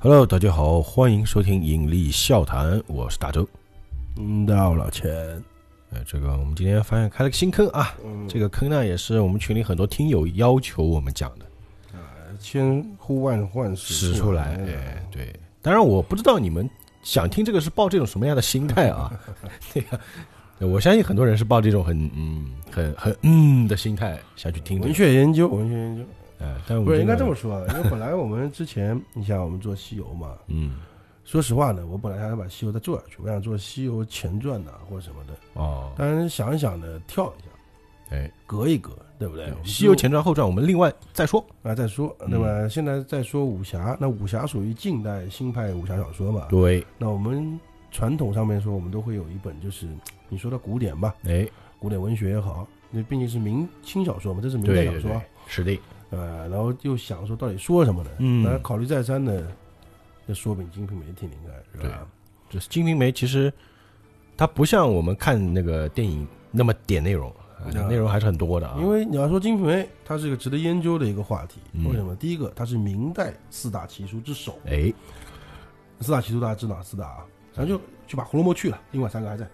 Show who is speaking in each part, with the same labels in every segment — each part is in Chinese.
Speaker 1: Hello，大家好，欢迎收听《引力笑谈》，我是大周。
Speaker 2: 嗯，大家好，老钱。
Speaker 1: 呃，这个我们今天发现开了个新坑啊，
Speaker 2: 嗯，
Speaker 1: 这个坑呢也是我们群里很多听友要求我们讲的，
Speaker 2: 千呼万唤
Speaker 1: 使
Speaker 2: 始
Speaker 1: 出来。哎，对，当然我不知道你们想听这个是抱这种什么样的心态 啊？对呀，我相信很多人是抱这种很嗯很很嗯的心态想去听这
Speaker 2: 文
Speaker 1: 个，
Speaker 2: 学研究，文学研究
Speaker 1: 哎，但我
Speaker 2: 不
Speaker 1: 们这
Speaker 2: 是应该
Speaker 1: 个
Speaker 2: 这么说啊，因为本来我们之前，你想我们做西游嘛，
Speaker 1: 嗯
Speaker 2: 说实话呢，我本来还想把西游再做下去，我想做西游前传呐、或者什么的，
Speaker 1: 哦，
Speaker 2: 但是想一想呢，跳一下，
Speaker 1: 哎，
Speaker 2: 隔一隔，对不对
Speaker 1: 对？
Speaker 2: 我们
Speaker 1: 西游
Speaker 2: 就
Speaker 1: 前传后传我们另外再说，
Speaker 2: 啊再说，
Speaker 1: 嗯
Speaker 2: 那么现在再说武侠，那武侠属于近代新派武侠小说嘛，
Speaker 1: 对，
Speaker 2: 那我们传统上面说，我们都会有一本就是你说的古典吧，
Speaker 1: 哎，
Speaker 2: 古典文学也好，那毕竟是明清小说嘛，这是明代
Speaker 1: 对
Speaker 2: 小
Speaker 1: 对
Speaker 2: 说
Speaker 1: 对，，是的，
Speaker 2: 呃，然后又想说到底说什么呢？
Speaker 1: 嗯
Speaker 2: 那考虑再三呢，这说本《金瓶梅》挺灵感，是吧？
Speaker 1: 啊就是《金瓶梅》，其实它不像我们看那个电影那么点内容，啊
Speaker 2: 嗯
Speaker 1: 内容还是很多的啊。
Speaker 2: 因为你要说《金瓶梅》，它是一个值得研究的一个话题。
Speaker 1: 嗯
Speaker 2: 为什么？第一个，它是明代四大奇书之首。
Speaker 1: 哎，
Speaker 2: 四大奇书大家知道哪四
Speaker 1: 嗯
Speaker 2: 大啊？咱就就把《红楼梦》去了，另外三个还在。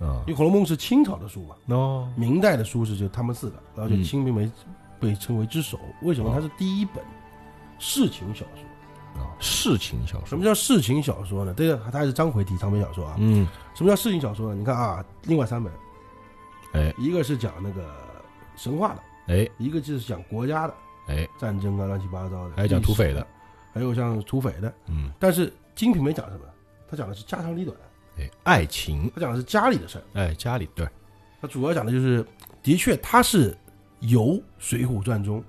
Speaker 1: 啊
Speaker 2: 因为，《红楼梦》是清朝的书嘛，
Speaker 1: 哦，
Speaker 2: 明代的书是就他们四个，然后就
Speaker 1: 嗯
Speaker 2: 《金瓶梅》被称为之首。为什么？
Speaker 1: 哦
Speaker 2: 它是第一本世情小说。
Speaker 1: 啊，世情小说，
Speaker 2: 什么叫世情小说呢？这个它还是章回体长篇小说啊。
Speaker 1: 嗯，
Speaker 2: 什么叫世情小说呢？你看啊，另外三本，
Speaker 1: 哎
Speaker 2: 一个是讲那个神话的，
Speaker 1: 哎
Speaker 2: 一个就是讲国家的
Speaker 1: 哎，
Speaker 2: 战争啊，乱七八糟的，
Speaker 1: 还有讲
Speaker 2: 历史
Speaker 1: 土匪的，，
Speaker 2: 还有像土匪的。
Speaker 1: 嗯，
Speaker 2: 但是《金瓶梅》讲什么？它讲的是家长里短，
Speaker 1: 哎，爱情，
Speaker 2: 它讲的是家里的事儿。
Speaker 1: 哎，家里对，
Speaker 2: 它主要讲的就是，的确它是由《水浒传》中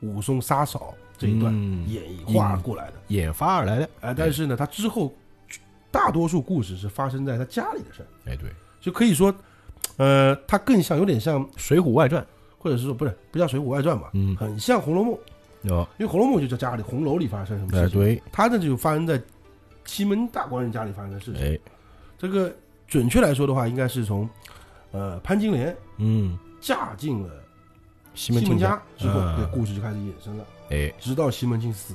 Speaker 2: 武松杀嫂这一段
Speaker 1: 嗯
Speaker 2: 演绎画过来的。
Speaker 1: 引发而来的，
Speaker 2: 哎，但是呢，它之后大多数故事是发生在他家里的事儿。
Speaker 1: 哎，对，《
Speaker 2: 就可以说，呃，它更像有点像，
Speaker 1: 水浒外传
Speaker 2: 或者是说不是不叫《水浒外传》吧，
Speaker 1: 嗯
Speaker 2: 很像《红楼梦》，》
Speaker 1: 哦，
Speaker 2: 因为《红楼梦》就在家里红楼里发生什么
Speaker 1: 哎
Speaker 2: 事情，
Speaker 1: 对，
Speaker 2: 它这就发生在西门大官人家里发生的事情。
Speaker 1: 哎，
Speaker 2: 这个准确来说的话，应该是从，呃，潘金莲
Speaker 1: 嗯，
Speaker 2: 嫁进了
Speaker 1: 西
Speaker 2: 西
Speaker 1: 门庆
Speaker 2: 门家之后，
Speaker 1: 啊
Speaker 2: 这故事就开始衍生了，
Speaker 1: 哎，
Speaker 2: 直到西门庆死。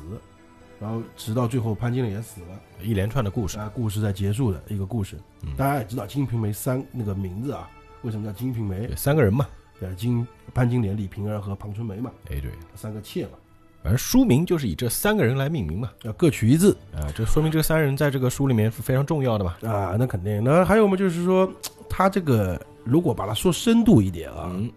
Speaker 2: 然后直到最后，潘金莲也死了，
Speaker 1: 一连串的故事，
Speaker 2: 啊，故事才结束的一个故事
Speaker 1: 嗯。
Speaker 2: 大家也知道《金瓶梅》三那个名字啊，为什么叫金瓶梅
Speaker 1: 对？三个人嘛，
Speaker 2: 呃，金潘金莲、李瓶儿和庞春梅嘛，
Speaker 1: 哎，对，
Speaker 2: 三个妾嘛，
Speaker 1: 反正书名就是以这三个人来命名嘛，
Speaker 2: 要各取一字
Speaker 1: 啊，这说明这三人在这个书里面是非常重要的嘛，
Speaker 2: 啊，那肯定。那还有嘛，就是说，他这个如果把它说深度一点啊，
Speaker 1: 嗯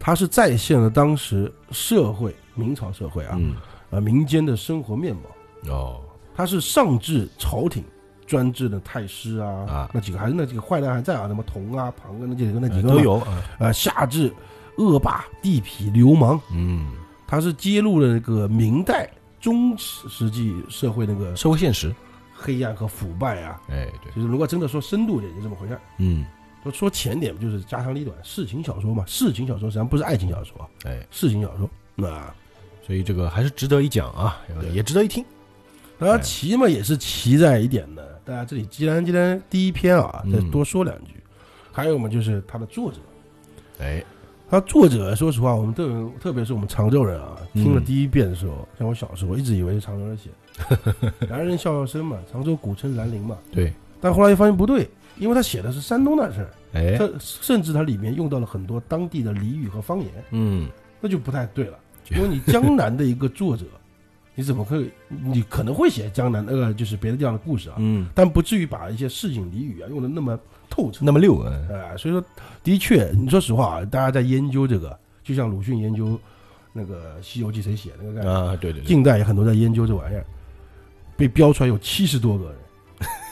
Speaker 2: 它是再现了当时社会，明朝社会啊，
Speaker 1: 嗯，
Speaker 2: 呃，民间的生活面貌。
Speaker 1: 哦，
Speaker 2: 它是上至朝廷专制的太师啊，
Speaker 1: 啊
Speaker 2: 那几个还是那几个坏蛋还在啊，什么童啊、庞啊，那几个那几
Speaker 1: 呃
Speaker 2: 个嘛
Speaker 1: 都有啊，
Speaker 2: 啊，下至恶霸、地痞、流氓，
Speaker 1: 嗯，
Speaker 2: 它是揭露了那个明代中世纪社会那个
Speaker 1: 社会现实，
Speaker 2: 黑暗和腐败啊，
Speaker 1: 哎，对，
Speaker 2: 就是如果真的说深度一点，就这么回事儿。
Speaker 1: 嗯，
Speaker 2: 说说浅点，就是家长里短，世情小说嘛。世情小说实际上不是爱情小说，
Speaker 1: 哎，
Speaker 2: 世情小说。那
Speaker 1: 所以这个还是值得一讲啊，
Speaker 2: 对
Speaker 1: 也值得一听，
Speaker 2: 当
Speaker 1: 啊
Speaker 2: 然奇嘛也是奇在一点的。大家这里既然今天第一篇啊，
Speaker 1: 嗯
Speaker 2: 再多说两句。还有嘛，就是它的作者，
Speaker 1: 哎，
Speaker 2: 它作者说实话，我们特别特别是我们常州人啊，
Speaker 1: 嗯
Speaker 2: 听了第一遍的时候，像我小时候我一直以为是常州人写 的，男人笑笑生嘛，常州古称兰陵嘛，
Speaker 1: 对，
Speaker 2: 但后来又发现不对，因为他写的是山东那事儿。
Speaker 1: 哎，
Speaker 2: 它甚至它里面用到了很多当地的俚语和方言，
Speaker 1: 嗯，
Speaker 2: 那就不太对了。
Speaker 1: 就
Speaker 2: 因为你江南的一个作 者，你怎么会？你可能会写江南呃，就是别的地方的故事啊，
Speaker 1: 嗯，
Speaker 2: 但不至于把一些市井俚语啊用的那么透彻。
Speaker 1: 那么六啊，
Speaker 2: 呃，所以说，的确，你说实话啊，大家在研究这个，就像鲁迅研究那个《西游记》谁写那个概念，
Speaker 1: 啊，对对对，
Speaker 2: 近代也很多在研究这玩意儿，被标出来有七十多个人，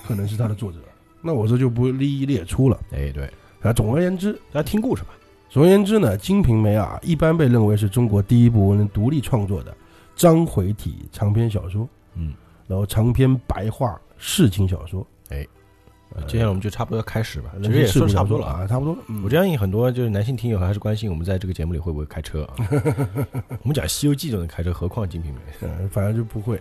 Speaker 2: 可能是他的作者。那我这就不一一列出了。
Speaker 1: 哎，对，
Speaker 2: 啊，总而言之，
Speaker 1: 大家听故事吧，
Speaker 2: 总而言之呢，《金瓶梅》啊，一般被认为是中国第一部文人独立创作的章回体长篇小说，
Speaker 1: 嗯，
Speaker 2: 然后长篇白话世情小说。
Speaker 1: 哎
Speaker 2: 呃，
Speaker 1: 接下来我们就差不多要开始吧，
Speaker 2: 人
Speaker 1: 其
Speaker 2: 生
Speaker 1: 实也说
Speaker 2: 世故
Speaker 1: 差不多
Speaker 2: 小
Speaker 1: 了
Speaker 2: 说
Speaker 1: 啊。
Speaker 2: 啊，差不多了。嗯
Speaker 1: 我相信很多就是男性听友还是关心我们在这个节目里会不会开车啊？ 我们讲《西游记》都能开车，何况《金瓶梅》？
Speaker 2: 呃反正就不会。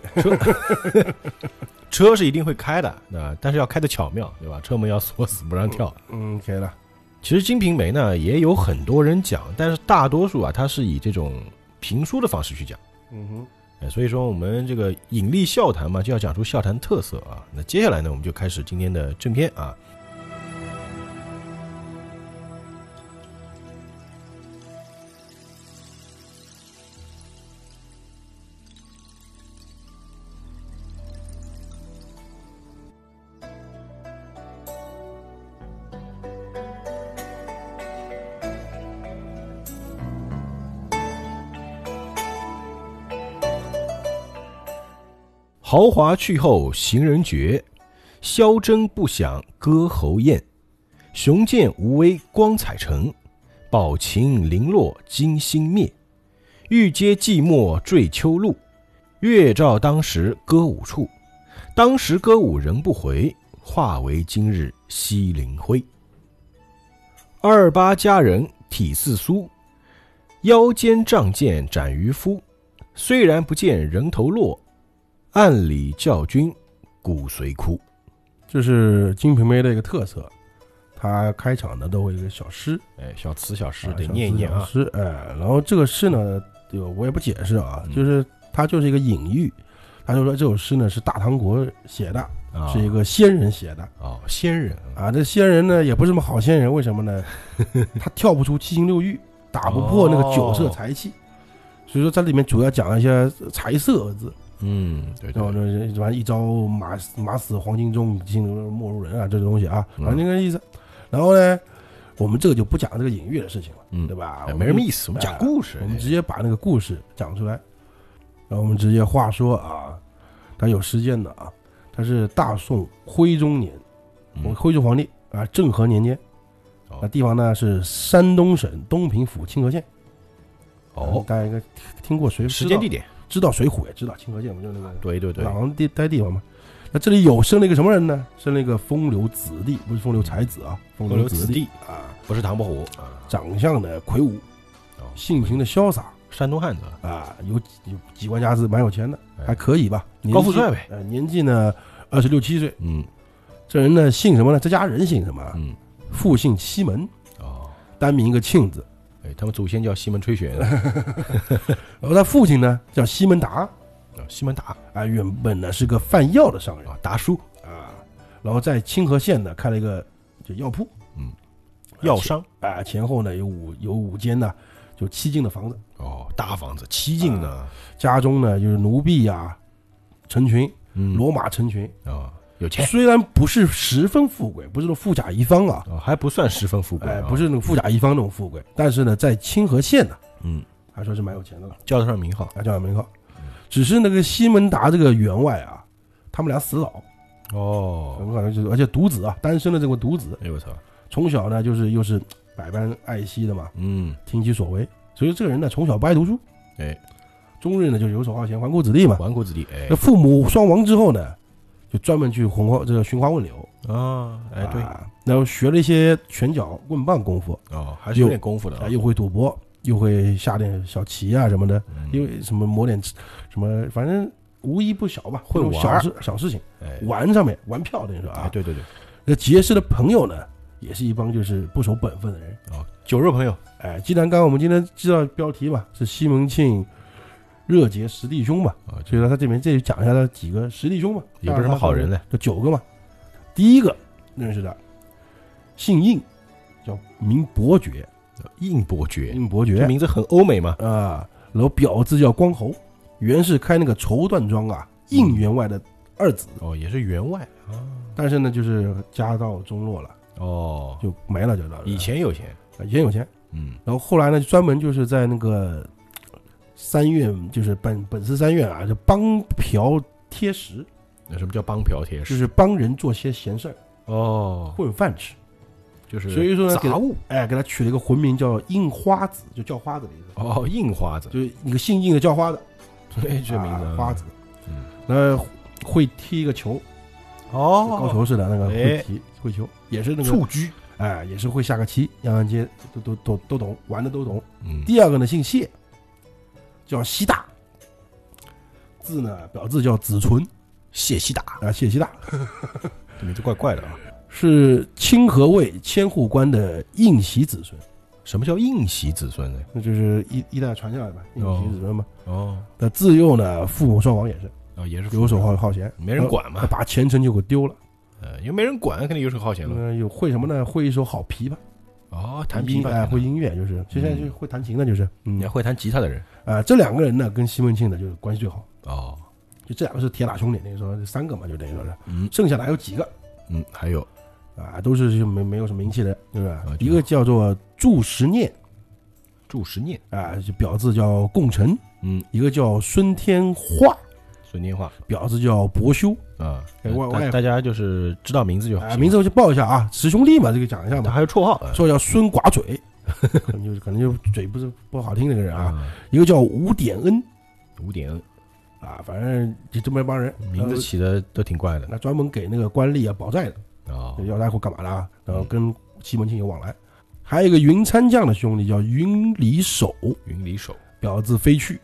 Speaker 1: 车是一定会开的，啊，但是要开的巧妙，对吧？车门要锁死不让跳，
Speaker 2: 嗯，可以了。
Speaker 1: 其实《金瓶梅》呢，也有很多人讲，但是大多数啊，它是以这种评书的方式去讲。
Speaker 2: 嗯哼，
Speaker 1: 哎，所以说我们这个引力笑谈嘛，就要讲出笑谈特色啊。那接下来呢，我们就开始今天的正片啊。豪华去后行人绝，箫筝不响歌喉咽。雄健无威光彩成，宝琴零落金星灭。玉阶寂寞坠秋露，月照当时歌舞处。当时歌舞人不回，化为今日西陵灰。二八佳人体似酥，腰间仗剑斩渔夫。虽然不见人头落，暗里教君骨髓枯。
Speaker 2: 这是《金瓶梅》的一个特色，它开场呢都会有一个小诗，
Speaker 1: 哎，小词小诗
Speaker 2: 啊
Speaker 1: 得
Speaker 2: 小
Speaker 1: 念一
Speaker 2: 词
Speaker 1: 念
Speaker 2: 小
Speaker 1: 啊。
Speaker 2: 诗，哎，然后这个诗呢，这个我也不解释啊，
Speaker 1: 嗯
Speaker 2: 就是它就是一个隐喻，他就说这首诗呢是大唐国写的，
Speaker 1: 啊，
Speaker 2: 是一个仙人写的
Speaker 1: 哦，仙人
Speaker 2: 啊。这仙人呢也不是什么好仙人，为什 么呢？他跳不出七情六欲，打不破那个酒色财
Speaker 1: 哦
Speaker 2: 气，所以说它里面主要讲一些财色二字。
Speaker 1: 嗯，对
Speaker 2: 然后
Speaker 1: 对，
Speaker 2: 呢，反正一招马死马死黄金中，金牛莫如人啊，这种东西啊，
Speaker 1: 嗯
Speaker 2: 反正那个意思。然后呢，我们这个就不讲这个隐喻的事情了，
Speaker 1: 嗯
Speaker 2: 对，吧
Speaker 1: 哎？没什么意思，我们讲故事
Speaker 2: 思，我们
Speaker 1: 哎
Speaker 2: 直接把那个故事讲出来。然后我们直接话说啊，他有时间的啊，他是大宋徽宗年，
Speaker 1: 嗯
Speaker 2: 徽宗皇帝啊，政和年间
Speaker 1: 哦，
Speaker 2: 那地方呢是山东省东平府清河县。啊
Speaker 1: 哦，
Speaker 2: 大家应该听过水
Speaker 1: 时间地
Speaker 2: 点，
Speaker 1: 点，
Speaker 2: 知道啊水浒也知道清河县，我们就那个
Speaker 1: 对对对
Speaker 2: 老，王地待地方嘛。那这里有生了一个什么人呢？生了一个风流子弟，不是风流才子啊，
Speaker 1: 嗯
Speaker 2: 风
Speaker 1: 风流子
Speaker 2: 子
Speaker 1: 弟
Speaker 2: 啊，
Speaker 1: 不是唐伯虎啊，
Speaker 2: 长相呢魁梧，
Speaker 1: 哦
Speaker 2: 性情的潇洒
Speaker 1: 山东汉子，
Speaker 2: 啊，有几有几官家资，蛮有钱的，
Speaker 1: 哎
Speaker 2: 还可以吧？年纪
Speaker 1: 高富帅呗，
Speaker 2: 呃，年纪呢二十六七岁。
Speaker 1: 嗯
Speaker 2: 这人呢姓什么呢？这家人姓什么啊？
Speaker 1: 嗯，
Speaker 2: 父姓西门，
Speaker 1: 哦，
Speaker 2: 单名一个庆字。
Speaker 1: 哎，他们祖先叫西门吹雪，
Speaker 2: 然后他父亲呢叫西门达，
Speaker 1: 哦西门达
Speaker 2: 啊，原本呢是个贩药的商人
Speaker 1: 啊，达叔，
Speaker 2: 啊，然后在清河县呢开了一个就药铺，
Speaker 1: 嗯，
Speaker 2: 而
Speaker 1: 药
Speaker 2: 且
Speaker 1: 商，
Speaker 2: 啊，前后呢有五有五间呢，就七进的房子，
Speaker 1: 哦，大房子，七进的，
Speaker 2: 家中呢就是奴婢呀、成群，
Speaker 1: 嗯，
Speaker 2: 罗马成群。
Speaker 1: 啊，有钱，
Speaker 2: 虽然不是十分富贵，不是说富甲一方啊，
Speaker 1: 哦，还不算十分富贵
Speaker 2: 哎，
Speaker 1: 啊，
Speaker 2: 不是那种富甲一方那种富贵，但是呢，在清河县呢，
Speaker 1: 嗯，
Speaker 2: 还说是蛮有钱的了，
Speaker 1: 叫得上名号，
Speaker 2: 啊，叫门口。只是那个西门达这个员外啊，他们俩死早，
Speaker 1: 哦，
Speaker 2: 很可能就是而且独子啊，单身的这个独子，
Speaker 1: 哎呦我操，
Speaker 2: 从小呢就是又是百般爱惜的嘛，
Speaker 1: 嗯，
Speaker 2: 听其所为，所以这个人呢从小不爱读书，
Speaker 1: 哎，
Speaker 2: 终日呢就游手好闲，纨绔子弟嘛。
Speaker 1: 纨绔子弟，哎
Speaker 2: 那，父母双亡之后呢，就专门去红花这个寻花问柳，
Speaker 1: 啊，哎，对，
Speaker 2: 啊，然后学了一些拳脚棍棒功夫，
Speaker 1: 哦，还是有
Speaker 2: 又
Speaker 1: 点功夫的啊
Speaker 2: 啊，，又会赌博，又会下点小棋啊什么的，
Speaker 1: 嗯
Speaker 2: 因为什么磨点什么，反正无一不小吧，
Speaker 1: 会
Speaker 2: 这种
Speaker 1: 玩
Speaker 2: 小事小事情，
Speaker 1: 哎，
Speaker 2: 玩上面玩票等于说
Speaker 1: 哎，
Speaker 2: 啊，
Speaker 1: 对对对，
Speaker 2: 那结识的朋友呢，也是一帮就是不守本分的人。
Speaker 1: 哦，酒肉朋友，
Speaker 2: 哎，既然刚刚我们今天知道标题嘛，是西门庆热结十弟兄嘛，
Speaker 1: 啊，
Speaker 2: 所以说他这边这里讲一下他几个十弟兄嘛，
Speaker 1: 也不是什么好人嘞，
Speaker 2: 就九个嘛。第一个认识的，姓应，叫名伯爵，
Speaker 1: 应伯爵，
Speaker 2: 应伯
Speaker 1: 这
Speaker 2: 爵
Speaker 1: 名字很欧美嘛，
Speaker 2: 啊，然后表字叫光侯，原是开那个绸缎庄啊，应员外的二子，
Speaker 1: 哦，也是员外，
Speaker 2: 但是呢，就是家道中落了，
Speaker 1: 哦，
Speaker 2: 就没了，就到
Speaker 1: 以前有钱，
Speaker 2: 以前有钱，
Speaker 1: 嗯，
Speaker 2: 然后后来呢，就专门就是在那个三院，就是本本寺三院啊，就帮嫖贴食，
Speaker 1: 那什么叫帮嫖贴
Speaker 2: 就
Speaker 1: 士？
Speaker 2: 是帮人做些闲事儿，
Speaker 1: 哦，
Speaker 2: 混饭吃。
Speaker 1: 就是
Speaker 2: 所以说呢，给
Speaker 1: 杂
Speaker 2: 他
Speaker 1: 物，
Speaker 2: 哎，给他取了一个魂名叫印花子，就叫花子的意思，
Speaker 1: 哦，印花子，
Speaker 2: 就是一个姓印的叫花子，
Speaker 1: 哎，这名字
Speaker 2: 啊
Speaker 1: 啊
Speaker 2: 花子，
Speaker 1: 嗯，
Speaker 2: 那会踢一个球，
Speaker 1: 哦，
Speaker 2: 高球似的那个
Speaker 1: 哎
Speaker 2: 会踢会球，也是那个
Speaker 1: 蹴鞠，
Speaker 2: 哎，也是会下个棋，样样皆都都都都懂，玩的都懂。
Speaker 1: 嗯，
Speaker 2: 第二个呢，姓谢，叫西大，字呢表字叫子纯
Speaker 1: 谢希达，
Speaker 2: 啊，谢西大
Speaker 1: 这名字怪怪的啊，
Speaker 2: 是清河卫千户官的应喜子孙，
Speaker 1: 什么叫应袭子孙呢？
Speaker 2: 那就是一一代传下来呗，一
Speaker 1: 哦
Speaker 2: 袭子孙嘛。
Speaker 1: 哦，
Speaker 2: 那自幼呢，父母双亡也是
Speaker 1: 啊，也是
Speaker 2: 游手好好闲，
Speaker 1: 没人管嘛
Speaker 2: 呃把前程就给丢了。
Speaker 1: 呃，因为没人管，肯定游手好闲了。
Speaker 2: 嗯，有会什么呢？会一手好琵琶，
Speaker 1: 哦，弹
Speaker 2: 音
Speaker 1: 琵琶
Speaker 2: 哎，
Speaker 1: 的，
Speaker 2: 会音乐就是，现在就是会弹琴的，就是，嗯
Speaker 1: 你还，会弹吉他的人。
Speaker 2: 啊，这两个人呢，跟西门庆呢就是关系最好，
Speaker 1: 哦，
Speaker 2: 就这两个是铁打兄弟，那个时候是三个嘛，就等于说是，
Speaker 1: 嗯
Speaker 2: 剩下的还有几个
Speaker 1: 嗯，还有
Speaker 2: 啊，都是就没没有什么名气的，对吧
Speaker 1: 啊？
Speaker 2: 一个叫做祝时念
Speaker 1: 祝时念，
Speaker 2: 啊，就表字叫共辰，
Speaker 1: 嗯，
Speaker 2: 一个叫孙天化，
Speaker 1: 孙天化
Speaker 2: 表字叫伯修，
Speaker 1: 啊，
Speaker 2: 哎我我
Speaker 1: 大
Speaker 2: 也
Speaker 1: 大家就是知道名字就好
Speaker 2: 啊，。名字我就报一下啊，十兄弟嘛，这个讲一下
Speaker 1: 他
Speaker 2: 嘛，
Speaker 1: 还有绰号啊
Speaker 2: 说叫孙寡嘴，可能就是可能就嘴不是不好听那个人啊，
Speaker 1: 啊，
Speaker 2: 一个叫吴典恩
Speaker 1: 五点恩
Speaker 2: 啊，反正就这么一帮人，呃
Speaker 1: 名字起的都挺怪的
Speaker 2: 那专门给那个官吏啊保寨的，
Speaker 1: 哦嗯
Speaker 2: 要他或干嘛的啊，然后跟西门庆有往来。还有一个云参将的兄弟叫云里守，
Speaker 1: 云里手
Speaker 2: 表字飞去；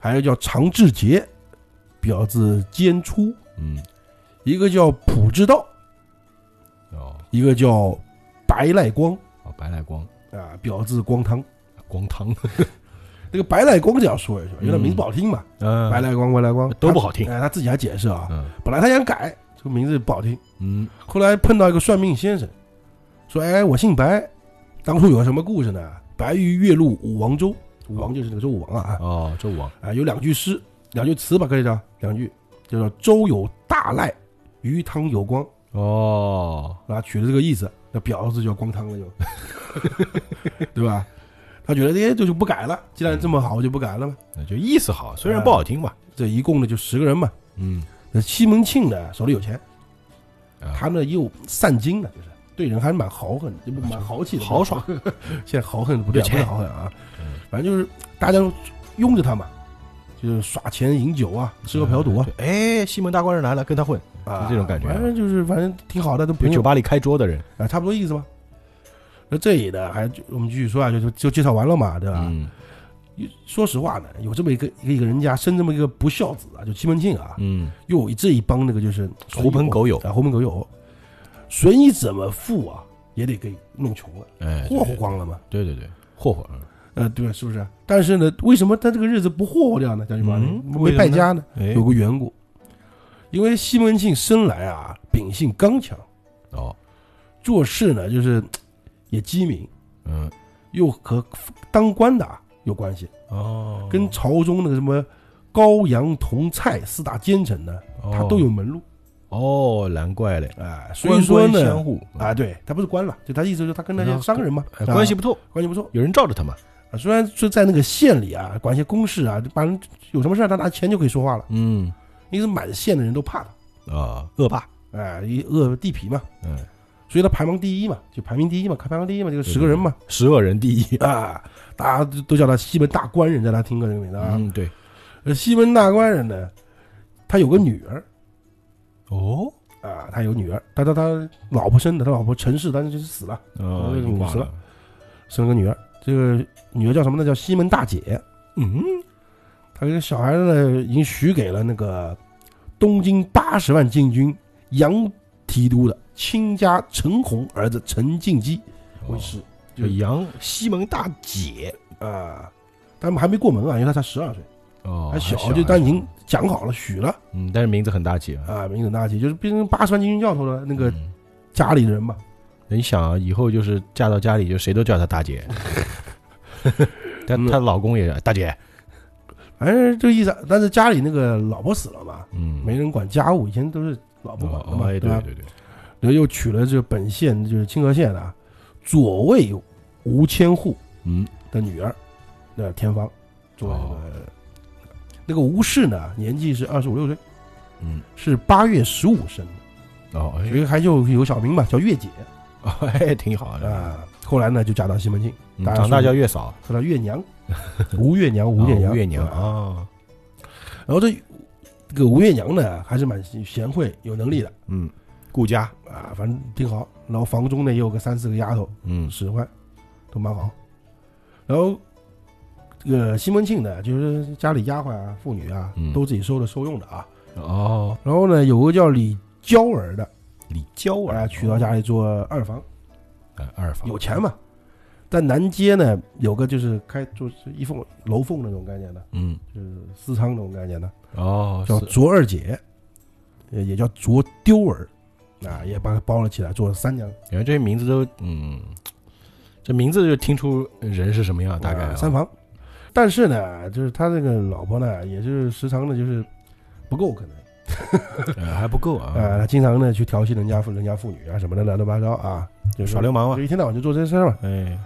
Speaker 2: 还有叫常志杰，表字坚出；
Speaker 1: 嗯
Speaker 2: 一个叫普之道，
Speaker 1: 哦
Speaker 2: 一个叫白赖光
Speaker 1: 哦，白赖光
Speaker 2: 啊，表字光汤。
Speaker 1: 光 汤，
Speaker 2: 这个白赖光这要说一说，因为他
Speaker 1: 嗯
Speaker 2: 名字不好听嘛，
Speaker 1: 嗯
Speaker 2: 白赖光、白赖光
Speaker 1: 都不
Speaker 2: 好
Speaker 1: 好听。
Speaker 2: 哎，他自己还解释啊，
Speaker 1: 嗯
Speaker 2: 本来他想改这个名字不好听，
Speaker 1: 嗯
Speaker 2: 后来碰到一个算命先生，说：“哎，我姓白，当初有个什么故事呢？白鱼跃入武王州，武王就是那个周武王啊
Speaker 1: 哦，周武王
Speaker 2: 啊，有两句诗，两句词吧，可以的，两句叫做‘周有大赖，鱼汤有光
Speaker 1: 哦’
Speaker 2: 啊，取的这个意思。那婊子叫光汤了就， 对吧？他觉得哎，这就不改了，既然这么好，我就不改了嘛。
Speaker 1: 那就意思好，虽然不好听吧。
Speaker 2: 这一共呢就十个人嘛。
Speaker 1: 嗯，
Speaker 2: 那西门庆呢手里有钱，
Speaker 1: 啊
Speaker 2: 他呢又善经呢，就是对人还蛮豪横的，就蛮豪气的，
Speaker 1: 豪爽。
Speaker 2: 现在豪横不对啊，
Speaker 1: 有
Speaker 2: 不
Speaker 1: 钱
Speaker 2: 是豪横啊
Speaker 1: 嗯，
Speaker 2: 反正就是大家都拥着他嘛，就是耍钱饮酒啊，吃喝嫖赌啊，
Speaker 1: 哎，西门大官人来了，跟他混，
Speaker 2: 啊
Speaker 1: 就这种感觉啊
Speaker 2: 反正就是反正挺好的，都
Speaker 1: 就
Speaker 2: 朋
Speaker 1: 酒
Speaker 2: 友
Speaker 1: 吧里开桌的人。
Speaker 2: 啊，差不多意思吧。那这里呢，还就我们继续说啊，就就就介绍完了嘛，对吧？
Speaker 1: 嗯
Speaker 2: 说实话呢，有这么一个一个一个人家生这么一个不孝子啊，就西门庆啊，
Speaker 1: 嗯，
Speaker 2: 又有这一帮那个就是
Speaker 1: 狐朋狗友，
Speaker 2: 啊，狐朋狗友，随你怎么富啊，也得给弄穷了，
Speaker 1: 哎，
Speaker 2: 霍霍光了嘛。
Speaker 1: 对对对，霍霍，嗯
Speaker 2: 呃，对，是不是？但是呢，为什么他这个日子不霍霍掉呢？将军八
Speaker 1: 嗯
Speaker 2: 没败家呢？
Speaker 1: 哎
Speaker 2: 有个缘故，因为西门庆生来啊，秉性刚强，
Speaker 1: 哦，
Speaker 2: 做事呢就是嘖也机敏，
Speaker 1: 嗯，
Speaker 2: 又和当官的啊有关系，
Speaker 1: 哦，
Speaker 2: 跟朝中那个什么高阳、同蔡四大奸臣呢，他都有门路
Speaker 1: 哦，难怪嘞。
Speaker 2: 啊、所以说
Speaker 1: 官官相
Speaker 2: 呢，
Speaker 1: 护
Speaker 2: 啊、，对他不是官了，就他意思就是他跟那些
Speaker 1: 嗯
Speaker 2: 商人嘛，
Speaker 1: 哎
Speaker 2: 啊
Speaker 1: 关系不错，
Speaker 2: 关系不错。
Speaker 1: 有人罩着他嘛。
Speaker 2: 啊，虽然说在那个县里啊，管一些公事啊，就把人有什么事儿，他拿钱就可以说话了。
Speaker 1: 嗯
Speaker 2: 因为满县的人都怕他，
Speaker 1: 啊，恶霸，
Speaker 2: 哎、一饿地痞嘛，
Speaker 1: 嗯，
Speaker 2: 所以他排行第一嘛，就排名第一嘛，排行第一嘛，这个十个人嘛，
Speaker 1: 十恶人第一。
Speaker 2: 啊，大家都叫他西门大官人，在他听过这个名字啊。
Speaker 1: 嗯，对，
Speaker 2: 呃西门大官人呢，他有个女儿
Speaker 1: 哦，
Speaker 2: 啊，他有女儿，他他他老婆生的，他老婆陈氏，但是就是死了，
Speaker 1: 啊，
Speaker 2: 那
Speaker 1: 已
Speaker 2: 个
Speaker 1: 经
Speaker 2: 五
Speaker 1: 忘
Speaker 2: 十
Speaker 1: 了
Speaker 2: 了。生了个女儿，这个女儿叫什么呢？叫西门大姐。
Speaker 1: 嗯，
Speaker 2: 他这个小孩子呢，已经许给了那个东京八十万禁军杨提督的亲家陈洪儿子陈敬基为
Speaker 1: 是
Speaker 2: 师
Speaker 1: 就杨西门大姐
Speaker 2: 啊。他们还没过门啊，因为他才十二岁，
Speaker 1: 哦
Speaker 2: 还小，
Speaker 1: 还
Speaker 2: 就但已
Speaker 1: 还
Speaker 2: 经讲好了，许了
Speaker 1: 嗯，但是名字很大气啊。
Speaker 2: 啊，名等大气，就是变成八十万禁军教头的那个
Speaker 1: 嗯
Speaker 2: 家里人嘛。
Speaker 1: 你想啊，以后就是嫁到家里，就谁都叫她大 姐。她她老公也大姐，
Speaker 2: 反正这个意思啊，但是家里那个老婆死了嘛，
Speaker 1: 嗯，
Speaker 2: 没人管家务，以前都是老婆
Speaker 1: 哦
Speaker 2: 管的
Speaker 1: 哦
Speaker 2: 嘛，
Speaker 1: 哎，
Speaker 2: 吧
Speaker 1: 对？对对，
Speaker 2: 然后又娶了这本县就是清河县的啊左卫吴千户
Speaker 1: 嗯，
Speaker 2: 的女儿，那天方作为
Speaker 1: 哦
Speaker 2: 这个、那个吴氏呢，年纪是二十五六岁，
Speaker 1: 嗯，
Speaker 2: 是八月十五生的，
Speaker 1: 哦，
Speaker 2: 所以还就有个小名嘛，叫月姐
Speaker 1: 哎，哎，挺好的，
Speaker 2: 啊。后来呢，就嫁到西门庆，
Speaker 1: 嗯
Speaker 2: 大家
Speaker 1: 长大
Speaker 2: 说
Speaker 1: 叫月嫂，
Speaker 2: 和她 月娘吴月娘，吴月
Speaker 1: 哦
Speaker 2: 娘，
Speaker 1: 吴月娘
Speaker 2: 啊。
Speaker 1: 啊，
Speaker 2: 然后这这个吴月娘呢，还是蛮贤惠、有能力的
Speaker 1: 嗯，顾家，
Speaker 2: 啊，反正挺好。然后房中呢也有个三四个丫头，
Speaker 1: 嗯
Speaker 2: 使唤，都蛮好。然后这个西门庆呢，就是家里丫鬟啊、妇女啊
Speaker 1: 嗯，
Speaker 2: 都自己收的收用的啊。
Speaker 1: 哦，
Speaker 2: 然后呢，有个叫李娇儿的，哎
Speaker 1: 李娇
Speaker 2: 把
Speaker 1: 儿
Speaker 2: 她娶到家里做二房，
Speaker 1: 哎二房
Speaker 2: 有钱嘛，但南街呢，有个就是开就是一凤楼凤那种概念的，
Speaker 1: 嗯，
Speaker 2: 就是私娼那种概念的，
Speaker 1: 哦，
Speaker 2: 叫
Speaker 1: 是
Speaker 2: 卓二姐，呃也叫卓丢儿，啊，也把她包了起来，做了三娘，
Speaker 1: 感觉这些名字都，嗯，这名字就听出人是什么样，大概
Speaker 2: 啊
Speaker 1: 啊
Speaker 2: 三房。但是呢，就是他这个老婆呢，也是时常的，就是不够可能。
Speaker 1: 呃还不够啊，
Speaker 2: 啊，他经常呢去调戏人家妇人家妇女啊什么的，乱七八糟啊，就是
Speaker 1: 耍流氓
Speaker 2: 就
Speaker 1: 啊，
Speaker 2: 一天到晚就做这事儿嘛。
Speaker 1: 哎，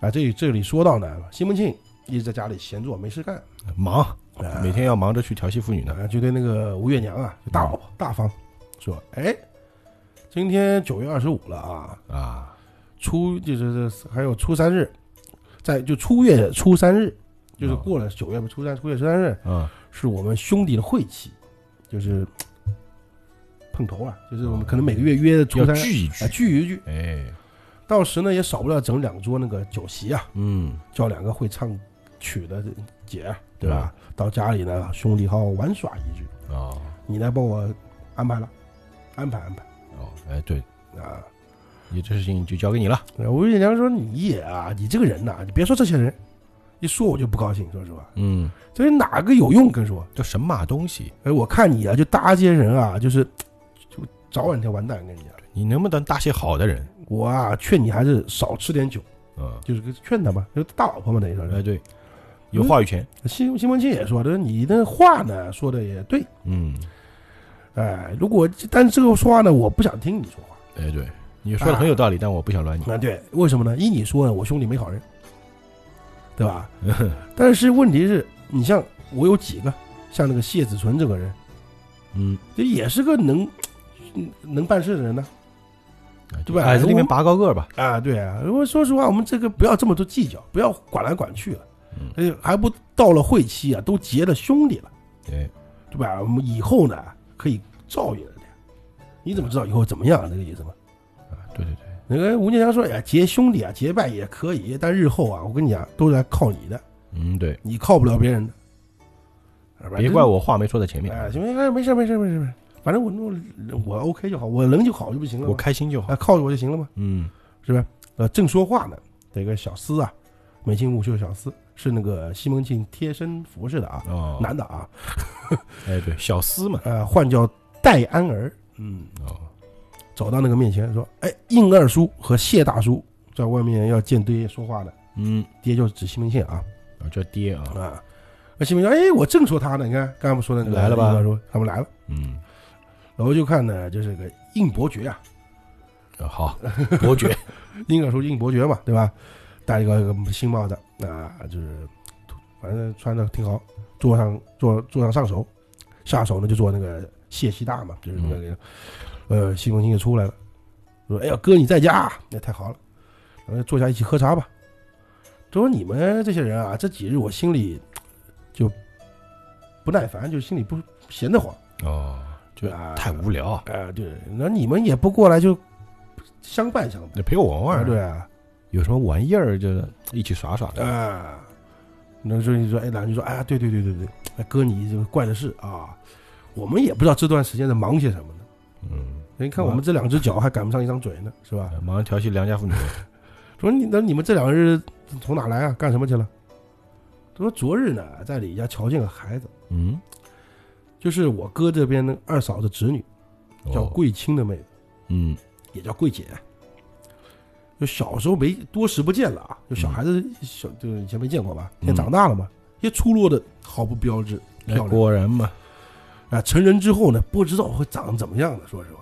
Speaker 2: 啊，这这里说到呢，西门庆一直在家里闲坐没事干，
Speaker 1: 忙，
Speaker 2: 啊、
Speaker 1: 每天要忙着去调戏妇女呢，
Speaker 2: 啊就对那个吴月娘啊，就大老
Speaker 1: 嗯
Speaker 2: 婆大方说，哎，今天九月二十五了啊，
Speaker 1: 啊，
Speaker 2: 初就是这还有初三日，在就初月初三日，就是
Speaker 1: 哦
Speaker 2: 过了九月初三初月初三日
Speaker 1: 啊，
Speaker 2: 是我们兄弟的会期，就是碰头啊，就是我们可能每个月约初
Speaker 1: 要
Speaker 2: 三
Speaker 1: 聚一聚
Speaker 2: 啊，聚一聚。
Speaker 1: 哎，
Speaker 2: 到时呢也少不了整两桌那个酒席啊，
Speaker 1: 嗯，
Speaker 2: 叫两个会唱曲的姐儿，对吧？到家里呢，兄弟好好玩耍一局，
Speaker 1: 哦，
Speaker 2: 你来帮我安排了，安排安排
Speaker 1: 哦，哎，对
Speaker 2: 啊。
Speaker 1: 你这事情就交给你了，
Speaker 2: 呃吴月娘说：“你也啊，你这个人呐、你别说这些人，一说我就不高兴。说实话，
Speaker 1: 嗯，
Speaker 2: 这人哪个有用？跟说，
Speaker 1: 这神马东西，
Speaker 2: 哎，我看你啊，就搭些人啊，就是就早晚条完蛋。跟你讲，
Speaker 1: 你能不能搭些好的人？
Speaker 2: 我啊劝你还是少吃点酒，
Speaker 1: 嗯，
Speaker 2: 就是劝他吧，就是大老婆嘛，等于说是。
Speaker 1: 哎，对，有话语权，
Speaker 2: 西西门庆也说，他说你的话呢说的也对，
Speaker 1: 嗯，
Speaker 2: 哎，如果但是这个说话呢，我不想听你说话。
Speaker 1: 哎，对，你说的很有道理，但我不想乱你，
Speaker 2: 啊，对，为什么呢？依你说呢，我兄弟没好人，对吧？但是问题是，你像我有几个像那个谢子纯这个人，
Speaker 1: 嗯，
Speaker 2: 这也是个能嗯能办事的人呢。对吧
Speaker 1: 矮
Speaker 2: 哎
Speaker 1: 哎子里面拔高个儿吧，
Speaker 2: 啊，对啊，如果说实话，我们这个不要这么多计较，不要管来管去了，
Speaker 1: 嗯
Speaker 2: 哎，还不到了会期啊，都结了兄弟了。
Speaker 1: 哎，
Speaker 2: 对吧？我们以后呢可以照应人家。你怎么知道以后怎么样？这个意思吗？
Speaker 1: 啊，对对对，
Speaker 2: 那个吴建强说：“哎呀，结兄弟啊，结拜也可以，但日后啊，我跟你讲，都是来靠你的，
Speaker 1: 嗯，对，
Speaker 2: 你靠不了别人的。啊”
Speaker 1: 别怪我话没说在前面，啊
Speaker 2: 哎，行行，哎没事没事没事没事，反正我弄我 OK 就好，我能就好就不行了
Speaker 1: 我
Speaker 2: 吗？
Speaker 1: 开心就好
Speaker 2: 啊，，靠着我就行了吗？
Speaker 1: 嗯，
Speaker 2: 是吧？呃，正说话呢，这个小厮啊，眉清目秀的小厮是那个西门庆贴身服侍的啊，
Speaker 1: 哦，
Speaker 2: 男的啊，
Speaker 1: 哎，对，小厮嘛，
Speaker 2: 呃，唤叫戴安儿，嗯，
Speaker 1: 哦，
Speaker 2: 走到那个面前说：“哎，应二叔和谢大叔在外面要见爹说话的，
Speaker 1: 嗯，
Speaker 2: 爹就是指西门庆啊
Speaker 1: 啊，叫爹啊，
Speaker 2: 啊。”那西门庆说：“哎，我正说他呢，你看刚才不说那个
Speaker 1: 来了吧
Speaker 2: 应二叔他们来了，
Speaker 1: 嗯，
Speaker 2: 然后就看呢，就是个应伯爵啊，
Speaker 1: 啊好，伯爵，
Speaker 2: 应二叔应伯爵嘛，对吧？戴一个一个新帽子啊，就是反正穿的挺好，坐上坐坐上上手，下手呢就做那个谢希大嘛，就是那
Speaker 1: 嗯
Speaker 2: 个、呃西门庆就出来了，说：“哎呀哥你在家啊，那太好了，咱们坐下一起喝茶吧。”他说：“你们这些人啊，这几日我心里就不耐烦，就心里不闲得慌，
Speaker 1: 哦，就
Speaker 2: 啊
Speaker 1: 太无聊啊，
Speaker 2: 啊、对，那你们也不过来就相伴相伴，
Speaker 1: 你陪我玩玩，
Speaker 2: 啊，对啊。”
Speaker 1: 有什么玩意儿就一起耍耍的，
Speaker 2: 啊，那时候你说，哎，兰就说，哎呀，对对对对对，哎哥，你这个怪的是啊，我们也不知道这段时间在忙些什么呢。哎
Speaker 1: 嗯，
Speaker 2: 你看我们这两只脚还赶不上一张嘴呢，是吧？
Speaker 1: 马上调戏良家妇女，
Speaker 2: 哎说你那你们这两个人从哪来啊？干什么去了？他说昨日呢，在李家瞧见个孩子，
Speaker 1: 嗯，
Speaker 2: 就是我哥这边的二嫂的侄女，
Speaker 1: 哦
Speaker 2: 叫，桂清的妹子，
Speaker 1: 嗯，
Speaker 2: 也叫桂姐。就小时候没多时不见了啊，就小孩子
Speaker 1: 嗯
Speaker 2: 小就以前没见过吧，现在长大了嘛，也出落的毫不标致，漂
Speaker 1: 哎
Speaker 2: 亮。
Speaker 1: 果然嘛，
Speaker 2: 啊，成人之后呢，不知道会长怎么样的。说实话，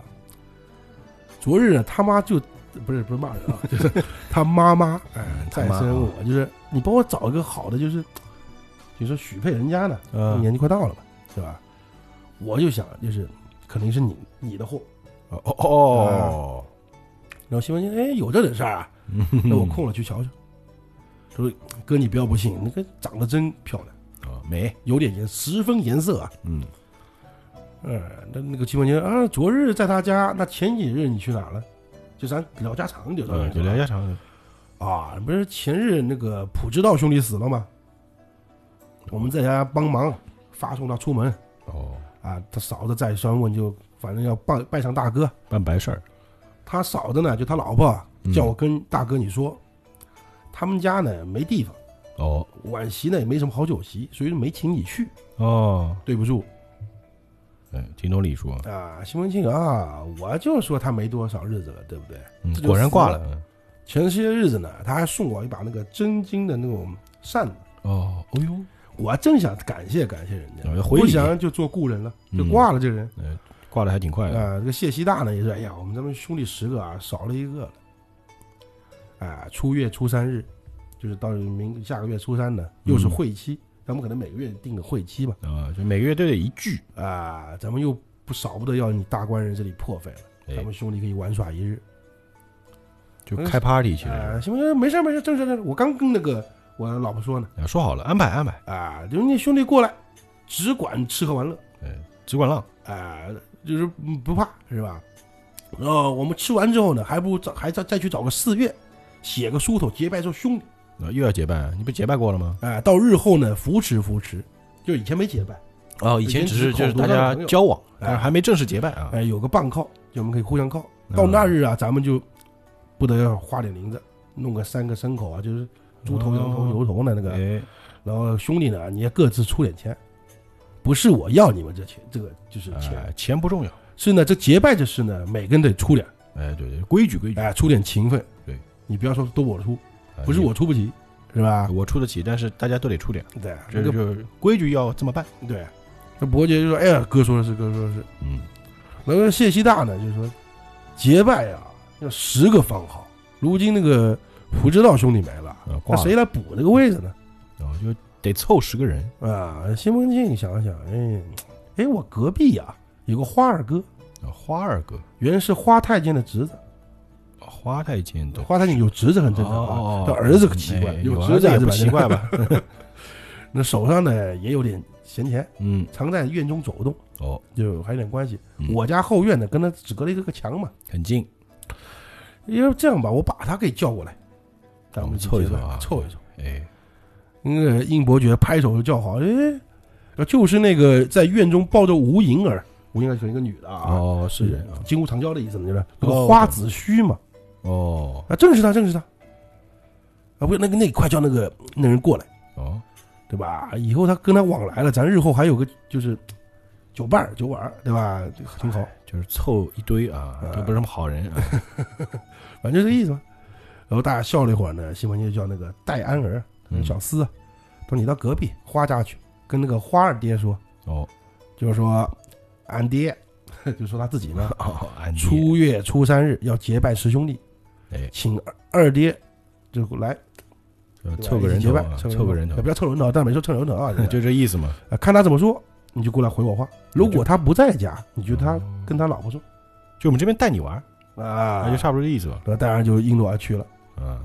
Speaker 2: 昨日呢，他妈就不是不是骂人 啊，就是他妈妈哎
Speaker 1: 嗯他
Speaker 2: 再
Speaker 1: 妈
Speaker 2: 三问
Speaker 1: 啊
Speaker 2: 我，就是你帮我找一个好的，就是比如说许配人家呢，
Speaker 1: 嗯
Speaker 2: 年纪快到了嘛，对吧？我就想就是肯定是你你的货。嗯
Speaker 1: 哦哦哦，
Speaker 2: 然后西门庆哎有这种事儿啊，
Speaker 1: 嗯
Speaker 2: 那我空了去瞧瞧。他说哥你不要不信，那个长得真漂亮，
Speaker 1: 哦美，
Speaker 2: 有点颜十分颜色啊。
Speaker 1: 嗯，
Speaker 2: 嗯，那那个西门庆啊，昨日在他家，那前几日你去哪了？就咱聊家常就
Speaker 1: 呃，就聊家常，
Speaker 2: 啊，不是前日那个朴知道兄弟死了吗？我们在家帮忙发送他出门
Speaker 1: 哦，
Speaker 2: 啊，他嫂子再三问就，反正要拜拜上大哥。
Speaker 1: 办白事儿，
Speaker 2: 他嫂子呢，就他老婆
Speaker 1: 嗯
Speaker 2: 叫我跟大哥你说，他们家呢没地方，
Speaker 1: 哦
Speaker 2: 晚席呢也没什么好酒席，所以没请你去，
Speaker 1: 哦，
Speaker 2: 对不住
Speaker 1: 哎，听懂李叔啊，
Speaker 2: 啊。西门庆啊，我就说他没多少日子了，对不对？
Speaker 1: 嗯
Speaker 2: 这就
Speaker 1: 果然
Speaker 2: 死
Speaker 1: 挂
Speaker 2: 了
Speaker 1: 了。
Speaker 2: 前些日子呢，他还送我一把那个真金的那种扇子，
Speaker 1: 哦，哦呦，
Speaker 2: 我正想感谢感谢人家，
Speaker 1: 呃回礼
Speaker 2: 不想就做故人了，就
Speaker 1: 嗯哎
Speaker 2: 挂了这人。
Speaker 1: 挂的还挺快的。
Speaker 2: 啊，这个谢希大呢也是，哎呀，我们咱们兄弟十个啊，少了一个了。啊，初月初三日，就是到明下个月初三呢，又
Speaker 1: 嗯
Speaker 2: 是会期，咱们可能每个月定个会期吧。
Speaker 1: 啊，就每个月都得一句。
Speaker 2: 啊，咱们又不少不得要你大官人这里破费了，
Speaker 1: 哎
Speaker 2: 咱，们兄弟可以玩耍一日。
Speaker 1: 就开 party 去了。
Speaker 2: 啊，行不行？没事儿没事儿，正事儿正事儿，我刚跟那个我老婆说呢，
Speaker 1: 啊，说好了，安排安排。
Speaker 2: 啊，就是你兄弟过来，只管吃喝玩乐，
Speaker 1: 哎，只管浪。
Speaker 2: 啊，就是嗯不怕是吧？然后我们吃完之后呢，还不如找还再再去找个寺院，写个书头结拜做兄弟
Speaker 1: 啊，又要结拜，你不结拜过了吗？
Speaker 2: 啊。到日后呢，扶持扶持，就以前没结拜，
Speaker 1: 哦，以
Speaker 2: 以前
Speaker 1: 前只
Speaker 2: 只
Speaker 1: 是
Speaker 2: 是
Speaker 1: 就是
Speaker 2: 口
Speaker 1: 大
Speaker 2: 头上的
Speaker 1: 家
Speaker 2: 朋友
Speaker 1: 交往，但是
Speaker 2: 哎
Speaker 1: 还没正式结拜啊。
Speaker 2: 哎，有个伴靠，就我们可以互相靠。到那日啊，咱们就不得要花点零子，弄个三个牲口啊，就是猪头、羊头、
Speaker 1: 哦
Speaker 2: 牛头呢那个。
Speaker 1: 哎，
Speaker 2: 然后兄弟呢，你也各自出点钱，不是我要你们这钱，这个就是钱，
Speaker 1: 哎，钱不重要。
Speaker 2: 是呢，这结拜这事呢，每个人得出点。
Speaker 1: 哎，对对，规矩规矩。
Speaker 2: 哎，出点情分。
Speaker 1: 对，
Speaker 2: 你不要说都我出，
Speaker 1: 哎
Speaker 2: 不是我，出不起，是吧？
Speaker 1: 我出得起，但是大家都得出点。
Speaker 2: 对啊，
Speaker 1: 嗯这
Speaker 2: 那个
Speaker 1: 就是规矩要这么办。
Speaker 2: 对。那伯爵就说：“哎呀，哥说的是，哥说的是。
Speaker 1: 嗯，”
Speaker 2: 然后谢希大呢，就说：“结拜啊，要十个方好。如今那个胡知道兄弟没了，
Speaker 1: 啊，
Speaker 2: 那
Speaker 1: 挂了，
Speaker 2: 谁来补那个位置呢？
Speaker 1: 然啊后就得凑十个人
Speaker 2: 啊，西门庆想了想，哎，哎，我隔壁呀、有个花二哥，
Speaker 1: 啊。花二哥，
Speaker 2: 原是花太监的侄子。
Speaker 1: 啊花太监的，
Speaker 2: 花太监有侄子很正常
Speaker 1: 哦
Speaker 2: 啊，但儿子可奇怪，
Speaker 1: 哎
Speaker 2: 有
Speaker 1: 有
Speaker 2: 侄子
Speaker 1: 儿
Speaker 2: 还
Speaker 1: 子也不
Speaker 2: 是蛮
Speaker 1: 奇怪吧？
Speaker 2: 那手上呢也有点闲钱，
Speaker 1: 嗯，
Speaker 2: 常在院中走动，
Speaker 1: 哦，
Speaker 2: 就还有点关系。
Speaker 1: 嗯
Speaker 2: 我家后院呢，跟他只隔了一个个墙嘛。
Speaker 1: 很近。
Speaker 2: 要这样吧，我把他给叫过来，咱们
Speaker 1: 凑一
Speaker 2: 结
Speaker 1: 凑
Speaker 2: 拜
Speaker 1: 啊
Speaker 2: 凑一凑。
Speaker 1: 哎，
Speaker 2: 那个应伯爵拍手就叫好，哎，就是那个在院中抱着吴银儿，吴银儿是一个女的啊，
Speaker 1: 哦，是人啊。
Speaker 2: 金屋藏娇的意思嘛，就是那
Speaker 1: 哦
Speaker 2: 个花子虚嘛，
Speaker 1: 哦
Speaker 2: 啊，正是他，正是他。啊，不是那个那快叫那个那人过来，
Speaker 1: 哦，
Speaker 2: 对吧？以后他跟他往来了，咱日后还有个就是酒伴儿酒碗儿，对吧？挺好。
Speaker 1: 就是凑一堆啊，
Speaker 2: 啊
Speaker 1: 都不是什么好人 啊。
Speaker 2: 反正就这个意思吧。然后大家笑了一会儿呢，西门庆就叫那个戴安儿
Speaker 1: 嗯
Speaker 2: 小厮啊，说你到隔壁花家去，跟那个花二爹说，
Speaker 1: 哦
Speaker 2: 就是说俺爹， 就说他自己 呢，
Speaker 1: 哦，安迪
Speaker 2: 初月初三日要结拜十兄弟，
Speaker 1: 哎，
Speaker 2: 请二二爹就来
Speaker 1: 呃
Speaker 2: 对吧
Speaker 1: 凑个人
Speaker 2: 一起结
Speaker 1: 头
Speaker 2: 拜
Speaker 1: 啊，，
Speaker 2: 凑
Speaker 1: 凑个人头
Speaker 2: 也， 不要凑人头，但没说凑人头啊，
Speaker 1: 就这意思嘛。
Speaker 2: 啊看他怎么说，你就过来回我话。如果他不在家，你就他
Speaker 1: 哦
Speaker 2: 跟他老婆说
Speaker 1: 就我们这边带你玩儿，
Speaker 2: 啊
Speaker 1: 那就，差不多这意思吧。
Speaker 2: 然后戴安就应诺而去了。
Speaker 1: 啊，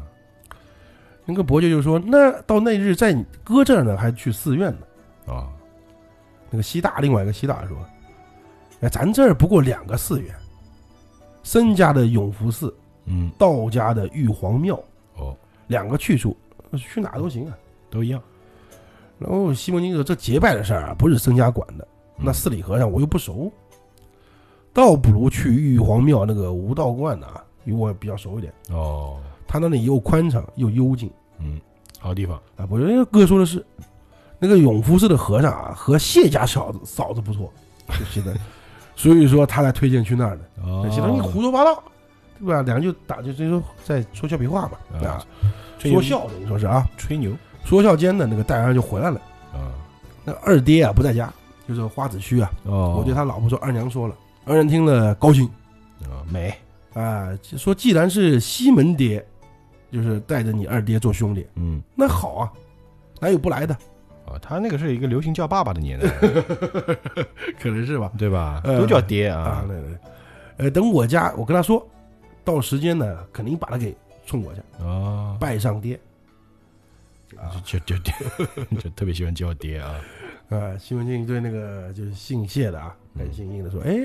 Speaker 2: 那个伯爵就说：“那到那日在你哥这儿呢，还去寺院呢。
Speaker 1: 啊，”
Speaker 2: 那个西大另外一个西大说：“哎，咱这儿不过两个寺院，僧家的永福寺，
Speaker 1: 嗯，
Speaker 2: 道家的玉皇庙，
Speaker 1: 哦，
Speaker 2: 两个去处，去哪都行啊。
Speaker 1: 都一样。”
Speaker 2: 然后西门庆说：“这结拜的事儿啊，不是僧家管的，
Speaker 1: 嗯
Speaker 2: 那寺里和尚我又不熟，倒不如去玉皇庙那个吴道观啊，因为我比较熟一点。
Speaker 1: 哦，
Speaker 2: 他那里又宽敞又幽静。”
Speaker 1: 嗯，好地方。
Speaker 2: 啊，不是，那哥说的是，那个永福寺的和尚啊，和谢家嫂子嫂子不错，就现 在，所以说他才推荐去那儿的。
Speaker 1: 哦
Speaker 2: 那些东西胡说八道，对吧？两个就打就就说在说俏皮话嘛，
Speaker 1: 啊
Speaker 2: 啊，
Speaker 1: 吹
Speaker 2: 说
Speaker 1: 牛
Speaker 2: 笑等于说是啊，
Speaker 1: 吹牛
Speaker 2: 说笑间呢，那个戴安就回来了。
Speaker 1: 啊。
Speaker 2: 那二爹啊不在家，就是花子虚啊，
Speaker 1: 哦，
Speaker 2: 我对他老婆说二娘说了，二娘听了高兴
Speaker 1: 啊美，
Speaker 2: 啊，说既然是西门爹，就是带着你二爹做兄弟，
Speaker 1: 嗯，
Speaker 2: 那好啊，哪有不来的？
Speaker 1: 啊，他那个是一个流行叫爸爸的年代，
Speaker 2: 可能是吧。
Speaker 1: 对吧？
Speaker 2: 呃
Speaker 1: 都叫爹
Speaker 2: 啊
Speaker 1: 啊，。
Speaker 2: 对对，呃，等我家，我跟他说，到时间呢，肯定把他给送过去，
Speaker 1: 哦，
Speaker 2: 拜上爹。啊，
Speaker 1: 就就爹，就 特别喜欢叫爹啊。
Speaker 2: 呃，西门庆对那个就是姓谢的啊，很姓殷的说，哎，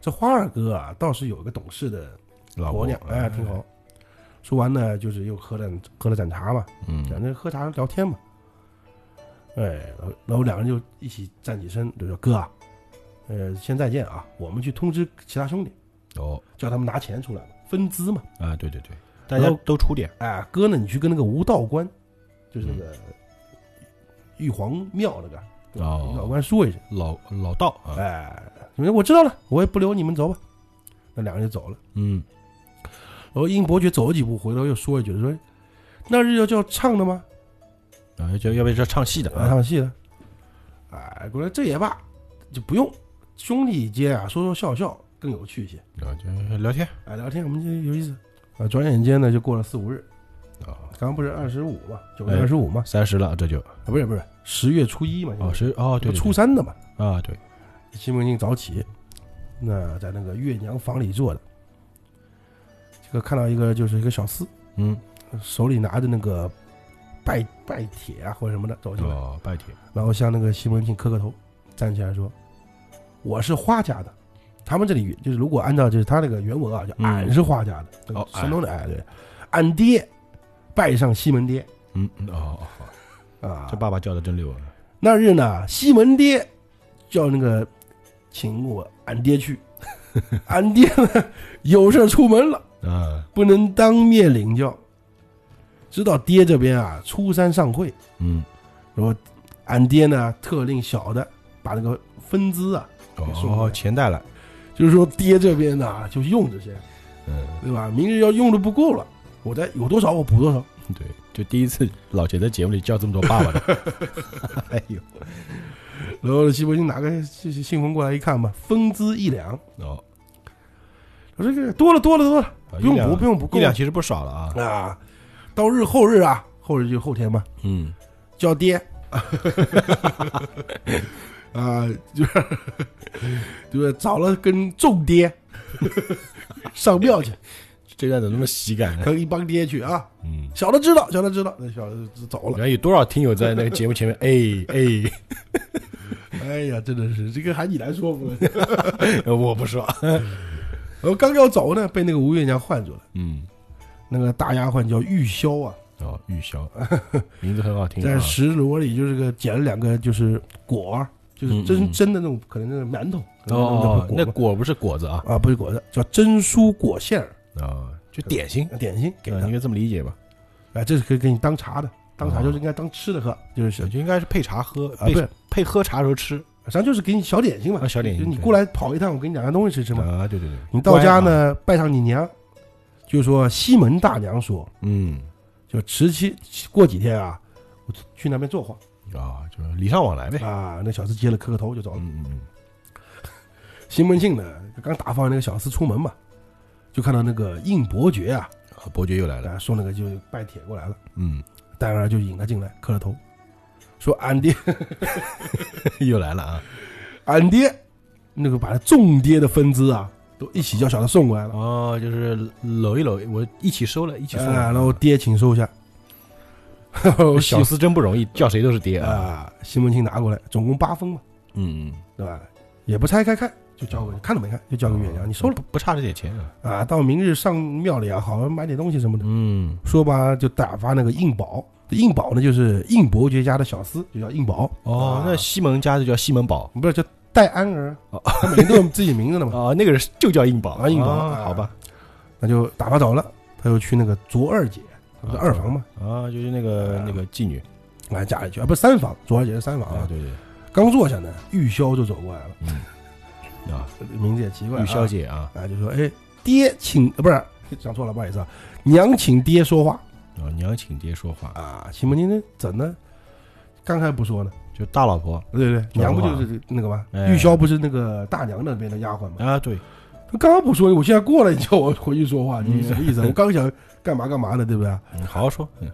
Speaker 2: 这花二哥啊，倒是有一个懂事的
Speaker 1: 老啊
Speaker 2: 婆
Speaker 1: 婆
Speaker 2: 娘，哎，挺。好。说完呢，就是又喝了喝了盏茶嘛，反
Speaker 1: 嗯，
Speaker 2: 正喝茶聊天嘛。哎，然后然后两个人就一起站起身，就说哥啊，呃，先再见啊，我们去通知其他兄弟，
Speaker 1: 哦，
Speaker 2: 叫他们拿钱出来嘛，分资嘛。
Speaker 1: 啊，对对对，大家
Speaker 2: 然后
Speaker 1: 都出点儿，
Speaker 2: 啊，哥呢，你去跟那个吴道官，就是那个玉皇庙那个对吧
Speaker 1: 哦
Speaker 2: 吴道官说一声，
Speaker 1: 老老道啊，
Speaker 2: 哎，你们我知道了，我也不留你们走吧。那两个人就走了。
Speaker 1: 嗯
Speaker 2: 然后殷伯爵走了几步，回头又说一句说：“那日要叫唱的吗？
Speaker 1: 啊，就要不然就唱戏的
Speaker 2: 啊，
Speaker 1: 啊，
Speaker 2: 唱戏的。”哎，过来这也罢，就不用兄弟间啊，说说笑笑更有趣一些。
Speaker 1: 啊就聊天
Speaker 2: 哎，聊天我们就有意思。啊，转眼间呢就过了四五日，
Speaker 1: 啊，
Speaker 2: 刚刚不是二十五嘛，九月
Speaker 1: 哎
Speaker 2: 二十五嘛，
Speaker 1: 三十了这就
Speaker 2: 啊不是不是十月初一嘛，
Speaker 1: 哦是哦对对
Speaker 2: 就初三的嘛。
Speaker 1: 对啊对，
Speaker 2: 西门庆早起，那在那个月娘房里坐着，这个看到一个就是一个小厮，
Speaker 1: 嗯
Speaker 2: 手里拿着那个拜拜帖啊或者什么的走进来，
Speaker 1: 哦拜帖
Speaker 2: 然后向那个西门庆磕个头，站起来说：“我是花家的。”他们这里就是如果按照就是他那个原文啊，就
Speaker 1: 嗯
Speaker 2: 俺是花家的，这个
Speaker 1: 哦
Speaker 2: 山东的哎对，俺爹拜上西门爹
Speaker 1: 嗯嗯哦哦，哦
Speaker 2: 啊
Speaker 1: 这，爸爸叫的真溜啊，
Speaker 2: 那日呢，西门爹叫那个请我俺爹去， 俺爹呢有事儿出门了，
Speaker 1: 啊
Speaker 2: 不能当面领教。知道爹这边啊，初三上会，
Speaker 1: 嗯
Speaker 2: 然后俺爹呢特令小的把那个分支啊，送过
Speaker 1: 哦
Speaker 2: 来
Speaker 1: 钱带了，
Speaker 2: 就是说爹这边呢、啊就用这些，
Speaker 1: 嗯
Speaker 2: 对吧？明日要用的不够了，我再有多少我补多少。
Speaker 1: 对，就第一次老钱在节目里叫这么多爸爸的， 哎呦
Speaker 2: 然后西门庆拿个信信封过来一看吧，分支一两，
Speaker 1: 哦，
Speaker 2: 我说这个多了多了多了，
Speaker 1: 啊
Speaker 2: 不用
Speaker 1: 一两
Speaker 2: 补不用补够
Speaker 1: 一
Speaker 2: 了
Speaker 1: 两其实不少了啊，
Speaker 2: 啊，到日后日啊，后日就后天吧，
Speaker 1: 嗯
Speaker 2: 叫爹， 啊，就是就是找了跟众爹 上庙去，
Speaker 1: 这段怎么那么喜感呢？
Speaker 2: 跟一帮爹去啊。
Speaker 1: 嗯。
Speaker 2: 小的知道，小的知道，那小的就走了。
Speaker 1: 然后有多少听友在那个节目前面，哎哎，
Speaker 2: 哎呀，真的是这个喊你来说服了。
Speaker 1: 哎 我不说，
Speaker 2: 然后刚要走呢，被那个吴月娘唤住了。
Speaker 1: 嗯，
Speaker 2: 那个大丫鬟叫玉箫啊，
Speaker 1: 哦，玉箫， 名字很好听
Speaker 2: 在
Speaker 1: 啊，
Speaker 2: 石螺里就是个捡了两个就是果儿，就是
Speaker 1: 嗯嗯
Speaker 2: 真
Speaker 1: 嗯
Speaker 2: 真的那种，可能那种馒头，可能那种
Speaker 1: 哦，
Speaker 2: 叫
Speaker 1: 那
Speaker 2: 果吧
Speaker 1: 果不是果子啊，
Speaker 2: 啊，不是果子，叫珍珠果馅儿
Speaker 1: 啊，就点心，
Speaker 2: 点心给
Speaker 1: 啊
Speaker 2: 的
Speaker 1: 你应该这么理解吧？
Speaker 2: 啊，这是可以给你当茶的，当茶
Speaker 1: 哦
Speaker 2: 就是应该当吃的喝，就是
Speaker 1: 就应该是配茶喝，
Speaker 2: 啊，不
Speaker 1: 配
Speaker 2: 是，
Speaker 1: 配喝茶时候吃
Speaker 2: 实际上就是给你小点心嘛，
Speaker 1: 啊小点心
Speaker 2: 就是你
Speaker 1: 对
Speaker 2: 过来跑一趟，我给你两样东西吃吃嘛。
Speaker 1: 啊，对对对，
Speaker 2: 你到
Speaker 1: 乖啊，
Speaker 2: 家呢，拜上你娘，就说西门大娘说，
Speaker 1: 嗯，
Speaker 2: 就迟期过几天啊，我去那边坐会
Speaker 1: 啊，就是礼尚往来呗
Speaker 2: 儿，啊。那小厮接了磕个头就走了。
Speaker 1: 嗯嗯嗯，
Speaker 2: 西门庆呢，刚打发那个小厮出门嘛，就看到那个应伯爵啊，
Speaker 1: 啊伯爵又来了，
Speaker 2: 啊送那个就拜帖过来了，
Speaker 1: 嗯，
Speaker 2: 当然就引他进来磕了头，说俺爹
Speaker 1: 又来了啊，
Speaker 2: 俺爹那个把他众爹的分支啊，都一起叫小的送过来了。
Speaker 1: 哦，就是搂一搂，我一起收了，一起送
Speaker 2: 哎，
Speaker 1: 了，
Speaker 2: 然后爹请收 下。
Speaker 1: 小厮真不容易，叫谁都是爹啊，
Speaker 2: 啊，西门庆拿过来，总共八封嘛，
Speaker 1: 嗯，嗯
Speaker 2: 对吧？也不拆开看，就交给看都没看，就交给月娘，你收了
Speaker 1: 不不差这点钱啊，
Speaker 2: 啊。到明日上庙里啊，好好买点东西什么的。
Speaker 1: 嗯。
Speaker 2: 说吧，就打发那个应宝。这应宝呢，就是应伯爵家的小厮，就叫应宝。
Speaker 1: 哦
Speaker 2: 啊，
Speaker 1: 那哦西门家就叫西门宝
Speaker 2: 不是叫戴安儿，他每个都有自己名字的嘛。
Speaker 1: 啊，那个人就叫硬宝
Speaker 2: 啊硬宝
Speaker 1: 啊
Speaker 2: 啊
Speaker 1: 好吧？
Speaker 2: 那就打发走了，他就去那个卓二姐，他不是
Speaker 1: 啊
Speaker 2: 二房嘛，
Speaker 1: 啊，就是那个
Speaker 2: 啊
Speaker 1: 那个妓女
Speaker 2: 来家里去啊，不是三房，卓二姐是三房
Speaker 1: 啊，
Speaker 2: 啊。
Speaker 1: 对对，
Speaker 2: 刚坐下呢，玉箫就走过来了，
Speaker 1: 嗯啊，
Speaker 2: 名字也奇怪、啊，
Speaker 1: 玉箫姐啊，
Speaker 2: 啊，就说哎，爹请，呃不是讲错了，不好意思啊，娘请爹说话
Speaker 1: 啊，娘请爹说话，
Speaker 2: 啊。西门庆呢，怎呢？刚才不说呢，
Speaker 1: 就大老婆
Speaker 2: 对对，
Speaker 1: 讲
Speaker 2: 娘不
Speaker 1: 话
Speaker 2: 就是那个吗？
Speaker 1: 哎
Speaker 2: 玉箫不是那个大娘那边的丫鬟吗？
Speaker 1: 啊，对，
Speaker 2: 他刚刚不说，我现在过来，你叫我回去说话， 你
Speaker 1: 嗯
Speaker 2: 什么意思啊？我刚想干嘛干嘛的，对不对啊？
Speaker 1: 嗯好好说，嗯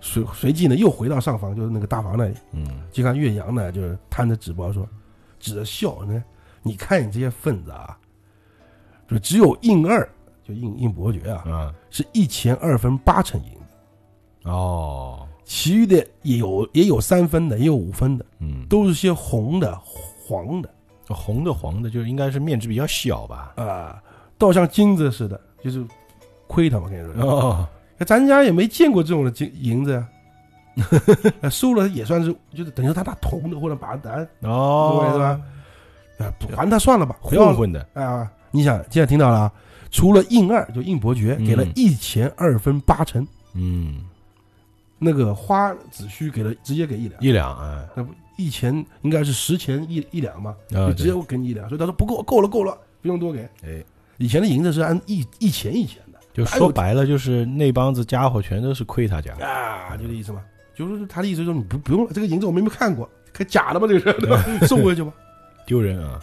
Speaker 2: 随随即呢，又回到上房，就是那个大房那里，
Speaker 1: 嗯，
Speaker 2: 就看岳阳呢，就是摊着纸包说，指着笑呢，你看你这些份子啊，就只有印二，就印印伯爵啊，
Speaker 1: 啊，
Speaker 2: 是一钱二分八成银子，
Speaker 1: 哦，
Speaker 2: 其余的也有也有三分的，也有五分的，
Speaker 1: 嗯，
Speaker 2: 都是些红的、黄的
Speaker 1: 红的黄的，就是应该是面值比较小吧？
Speaker 2: 啊，倒像金子似的，就是亏他们跟你说，哎
Speaker 1: 哦，
Speaker 2: 咱家也没见过这种的金银子呀、 啊，收了也算是，就是等于说他拿铜的或者把咱
Speaker 1: 哦，
Speaker 2: 对吧？啊，不还他算了吧，不要
Speaker 1: 混混的，
Speaker 2: 啊！你想现在听到了啊，除了应二就应伯爵给了
Speaker 1: 嗯
Speaker 2: 一钱二分八成，
Speaker 1: 嗯，
Speaker 2: 那个花子虚给了直接给一两，
Speaker 1: 一两哎，
Speaker 2: 那不一钱应该是十钱一一两嘛，
Speaker 1: 啊
Speaker 2: 就直接我给你一两，所以他说不够，够了够了，不用多给。
Speaker 1: 对哎，
Speaker 2: 以前的银子是按一一钱一钱的
Speaker 1: 就说白了就是那帮子家伙全都是亏他家，
Speaker 2: 啊，就这意思嘛。就是他的意思就是你不不用了，这个银子我明明看过，可假的嘛，这个 是对吧送回去吧。
Speaker 1: 丢人啊！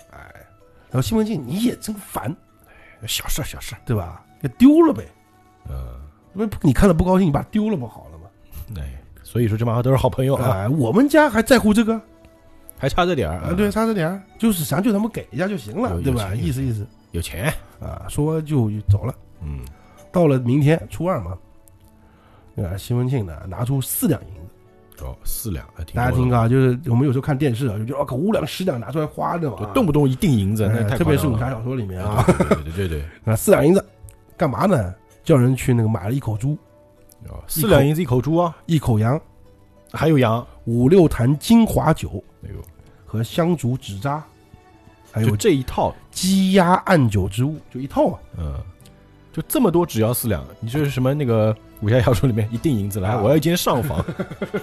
Speaker 2: 然后西门庆你也真烦，
Speaker 1: 小事儿小事儿，
Speaker 2: 对吧？给丢了呗，
Speaker 1: 嗯，
Speaker 2: 因为你看了不高兴，你把它丢了不好了吗？
Speaker 1: 哎，所以说这帮都是好朋友啊，
Speaker 2: 啊，我们家还在乎这个
Speaker 1: 还差这点儿
Speaker 2: 啊？对，，差这点儿就是咱就他妈给一下就行了，
Speaker 1: 有
Speaker 2: 对吧？
Speaker 1: 有钱
Speaker 2: 意思意思
Speaker 1: 有钱，
Speaker 2: 啊，说就走了。
Speaker 1: 嗯
Speaker 2: 到了明天初二嘛，啊，西门庆呢拿出四两银子，
Speaker 1: 哦，四两，还挺
Speaker 2: 大家
Speaker 1: 多
Speaker 2: 听
Speaker 1: 的
Speaker 2: 啊，就是我们有时候看电视啊，就觉得哦，可五两十两拿出来花的嘛，
Speaker 1: 就动不动一锭银子，
Speaker 2: 哎
Speaker 1: 那太
Speaker 2: 特别是
Speaker 1: 夸
Speaker 2: 武
Speaker 1: 张
Speaker 2: 侠
Speaker 1: 了
Speaker 2: 小说里面
Speaker 1: 啊
Speaker 2: 啊，，
Speaker 1: 对对对对，
Speaker 2: 啊四两银子干嘛呢？叫人去那个买了一口猪，
Speaker 1: 哦，四两银子一口猪啊，
Speaker 2: 一口羊，
Speaker 1: 还有羊，
Speaker 2: 五六坛金华酒
Speaker 1: 哎呦，
Speaker 2: 和香烛纸扎，还
Speaker 1: 就
Speaker 2: 有
Speaker 1: 这一套，
Speaker 2: 鸡鸭按酒之物，就一套啊嘛。
Speaker 1: 嗯，就这么多只要四两，你这是什么那个武侠小说里面一锭银子来，我要一间上 房，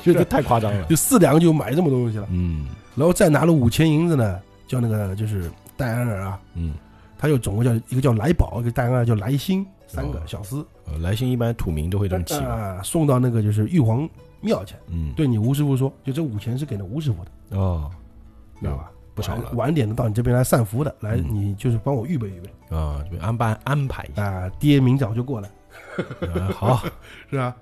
Speaker 1: 这这太夸张 了，
Speaker 2: 就四两就买这么多东西了，
Speaker 1: 嗯
Speaker 2: 然后再拿了五千银子呢，叫那个就是戴安儿啊，
Speaker 1: 嗯，
Speaker 2: 他又总共叫一个叫来宝，一个戴安儿叫来兴，三个
Speaker 1: 哦
Speaker 2: 小厮
Speaker 1: 呃来信一般土民都会这么起吧，
Speaker 2: 啊、送到那个就是玉皇庙去。
Speaker 1: 嗯，
Speaker 2: 对你吴师傅说，就这五千是给了吴师傅的，
Speaker 1: 哦，
Speaker 2: 知道吧？
Speaker 1: 不少了
Speaker 2: 晚晚点的到你这边来散福的，来
Speaker 1: 嗯
Speaker 2: 你就是帮我预备预备
Speaker 1: 啊，就安排安排一下，
Speaker 2: 啊，爹明早就过来，
Speaker 1: 啊好，
Speaker 2: 是吧？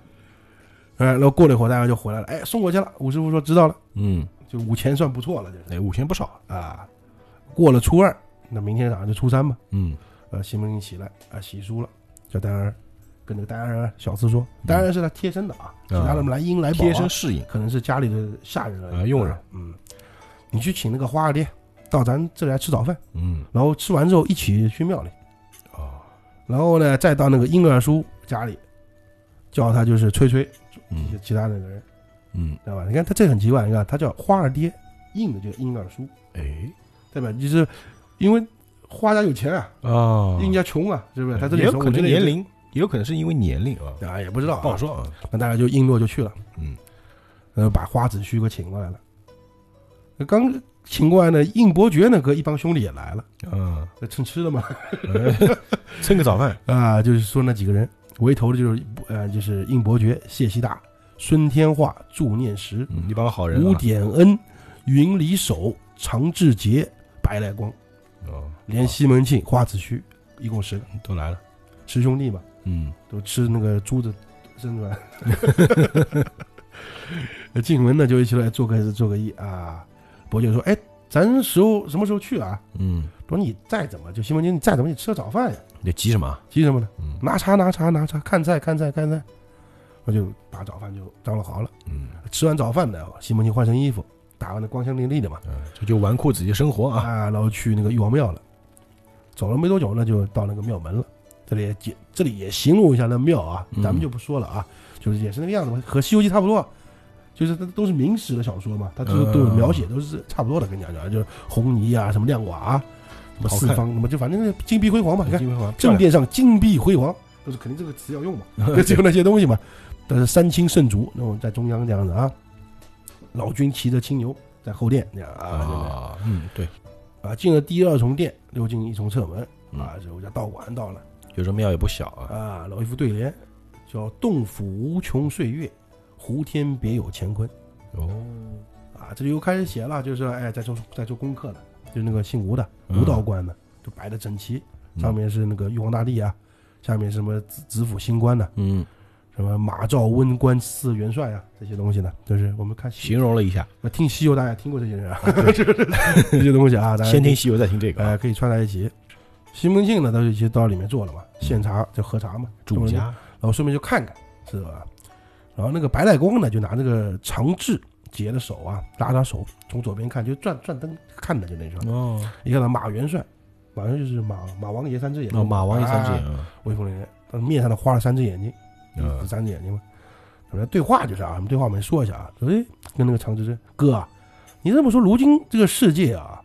Speaker 2: 哎，然后过了一会儿，大家就回来了。哎，送过去了。吴师傅说知道了，
Speaker 1: 嗯，
Speaker 2: 就五千算不错了，就是
Speaker 1: 哎，五千不少，
Speaker 2: 啊。过了初二，那明天早上就初三嘛。
Speaker 1: 嗯
Speaker 2: 呃，西门庆起来啊，洗漱了，叫丹儿跟那个丹儿小厮说，丹儿是他贴身的啊，其他的来因来宝、啊，
Speaker 1: 嗯贴身侍应，
Speaker 2: 可能是家里的下人而已
Speaker 1: 啊佣人，
Speaker 2: 嗯，你去请那个花二爹到咱这里来吃早饭，
Speaker 1: 嗯
Speaker 2: 然后吃完之后一起去庙里，
Speaker 1: 哦，
Speaker 2: 然后呢再到那个婴儿叔家里，叫他就是催催一些
Speaker 1: 嗯
Speaker 2: 其他的人，
Speaker 1: 嗯，
Speaker 2: 知道吧？你看他这很奇怪，你看他叫花二爹，应的就是婴儿叔，
Speaker 1: 哎
Speaker 2: 对吧？就是因为花家有钱啊，
Speaker 1: 啊
Speaker 2: 应家穷啊，是不是？他这里
Speaker 1: 也有
Speaker 2: 说
Speaker 1: 可
Speaker 2: 我觉
Speaker 1: 能
Speaker 2: 得
Speaker 1: 年龄，也有可能是因为年龄啊，
Speaker 2: 啊，也不知道、
Speaker 1: 不好
Speaker 2: 啊，
Speaker 1: 说啊，
Speaker 2: 那大家就应诺就去了，
Speaker 1: 嗯，
Speaker 2: 然后把花子虚给请过来了。呃那刚请过来呢，应伯爵呢和一帮兄弟也来了，
Speaker 1: 嗯，
Speaker 2: 那趁吃的嘛，
Speaker 1: 蹭个早饭，
Speaker 2: 啊，就是说那几个人围头的就是呃，就是应伯爵、谢希大、孙天化、祝念时、
Speaker 1: 嗯，一帮好人啊，
Speaker 2: 吴典恩、云里守、常志杰、白来光，
Speaker 1: 哦，
Speaker 2: 连西门庆、花子虚，一共十个，
Speaker 1: 都来了，
Speaker 2: 十兄弟嘛，
Speaker 1: 嗯，
Speaker 2: 都吃那个猪的身子。 呃静文呢就一起来做个做个揖啊，伯爵说：“哎，咱时候什么时候去啊？”
Speaker 1: 嗯，
Speaker 2: 说：“你再怎么就西门庆，你再怎么你吃个早饭呀，
Speaker 1: 你急什么啊？
Speaker 2: 急什么呢？
Speaker 1: 嗯
Speaker 2: 拿茶拿茶拿茶，看菜看菜看菜。”我就把早饭就张罗好了。
Speaker 1: 嗯，
Speaker 2: 吃完早饭呢，西门庆换身衣服，打扮的光鲜亮丽的嘛，
Speaker 1: 嗯这就纨绔子弟生活啊，
Speaker 2: 啊，然后去那个玉皇庙了。走了没多久呢，就到那个庙门了。这里也解这里也形容一下那庙啊，
Speaker 1: 嗯
Speaker 2: 咱们就不说了啊，就是也是那个样子嘛，和《西游记》差不多，就是它都是明史的小说嘛，它这
Speaker 1: 嗯
Speaker 2: 个都有描写，都是差不多的。跟你讲讲，就是红泥啊，什么亮瓦啊，什么
Speaker 1: 好
Speaker 2: 四
Speaker 1: 看
Speaker 2: 方，什么就反正那金碧辉煌嘛。你看
Speaker 1: 金辉煌漂
Speaker 2: 正
Speaker 1: 亮
Speaker 2: 殿上金碧辉煌，都是肯定这个词要 用嘛，就只有那些东西嘛。但是三清圣主那种在中央这样子啊，老君骑着青牛在后殿那样啊，对不对？
Speaker 1: 啊，嗯，对，
Speaker 2: 啊，进了第二重殿，溜进一重侧门
Speaker 1: 嗯
Speaker 2: 啊，这我家道馆到了
Speaker 1: 有时候庙也不小啊，
Speaker 2: 啊，老一副对联叫“洞府无穷岁月，胡天别有乾坤
Speaker 1: 哦，”
Speaker 2: 啊，这里又开始写了，就是说哎，在做在做功课的，就是那个姓吴的吴道官的，就摆的整齐，
Speaker 1: 嗯
Speaker 2: 上，面是那个玉皇大帝啊，下面是什么子子府新官呐、
Speaker 1: 嗯，
Speaker 2: 什么马照温官司元帅啊，这些东西呢，就是我们看西
Speaker 1: 形容了一下，
Speaker 2: 我听西游，大家听过这些人啊，这些东西啊，大家
Speaker 1: 先听西游再听这个
Speaker 2: 哎，
Speaker 1: 啊，
Speaker 2: 可以串在一起。西门庆呢，他就去到里面坐了嘛，献茶就喝茶嘛，
Speaker 1: 主家，
Speaker 2: 然后顺便就看看，知道吧？然后那个白赖光呢，就拿那个长志截的手啊，拉他手，从左边看，就转转灯看的，就那种。
Speaker 1: 哦，
Speaker 2: 一看到马元帅，马元帅就是马马王爷三只眼
Speaker 1: 那
Speaker 2: 睛，
Speaker 1: 哦马王一三只眼
Speaker 2: 啊，
Speaker 1: 啊，
Speaker 2: 威风凛凛，他面上呢画了三只眼睛，
Speaker 1: 嗯
Speaker 2: 三只眼睛嘛。我们对话就是啊，我们对话我们说一下啊，说哎，跟那个长志说，哥啊，你这么说，如今这个世界啊，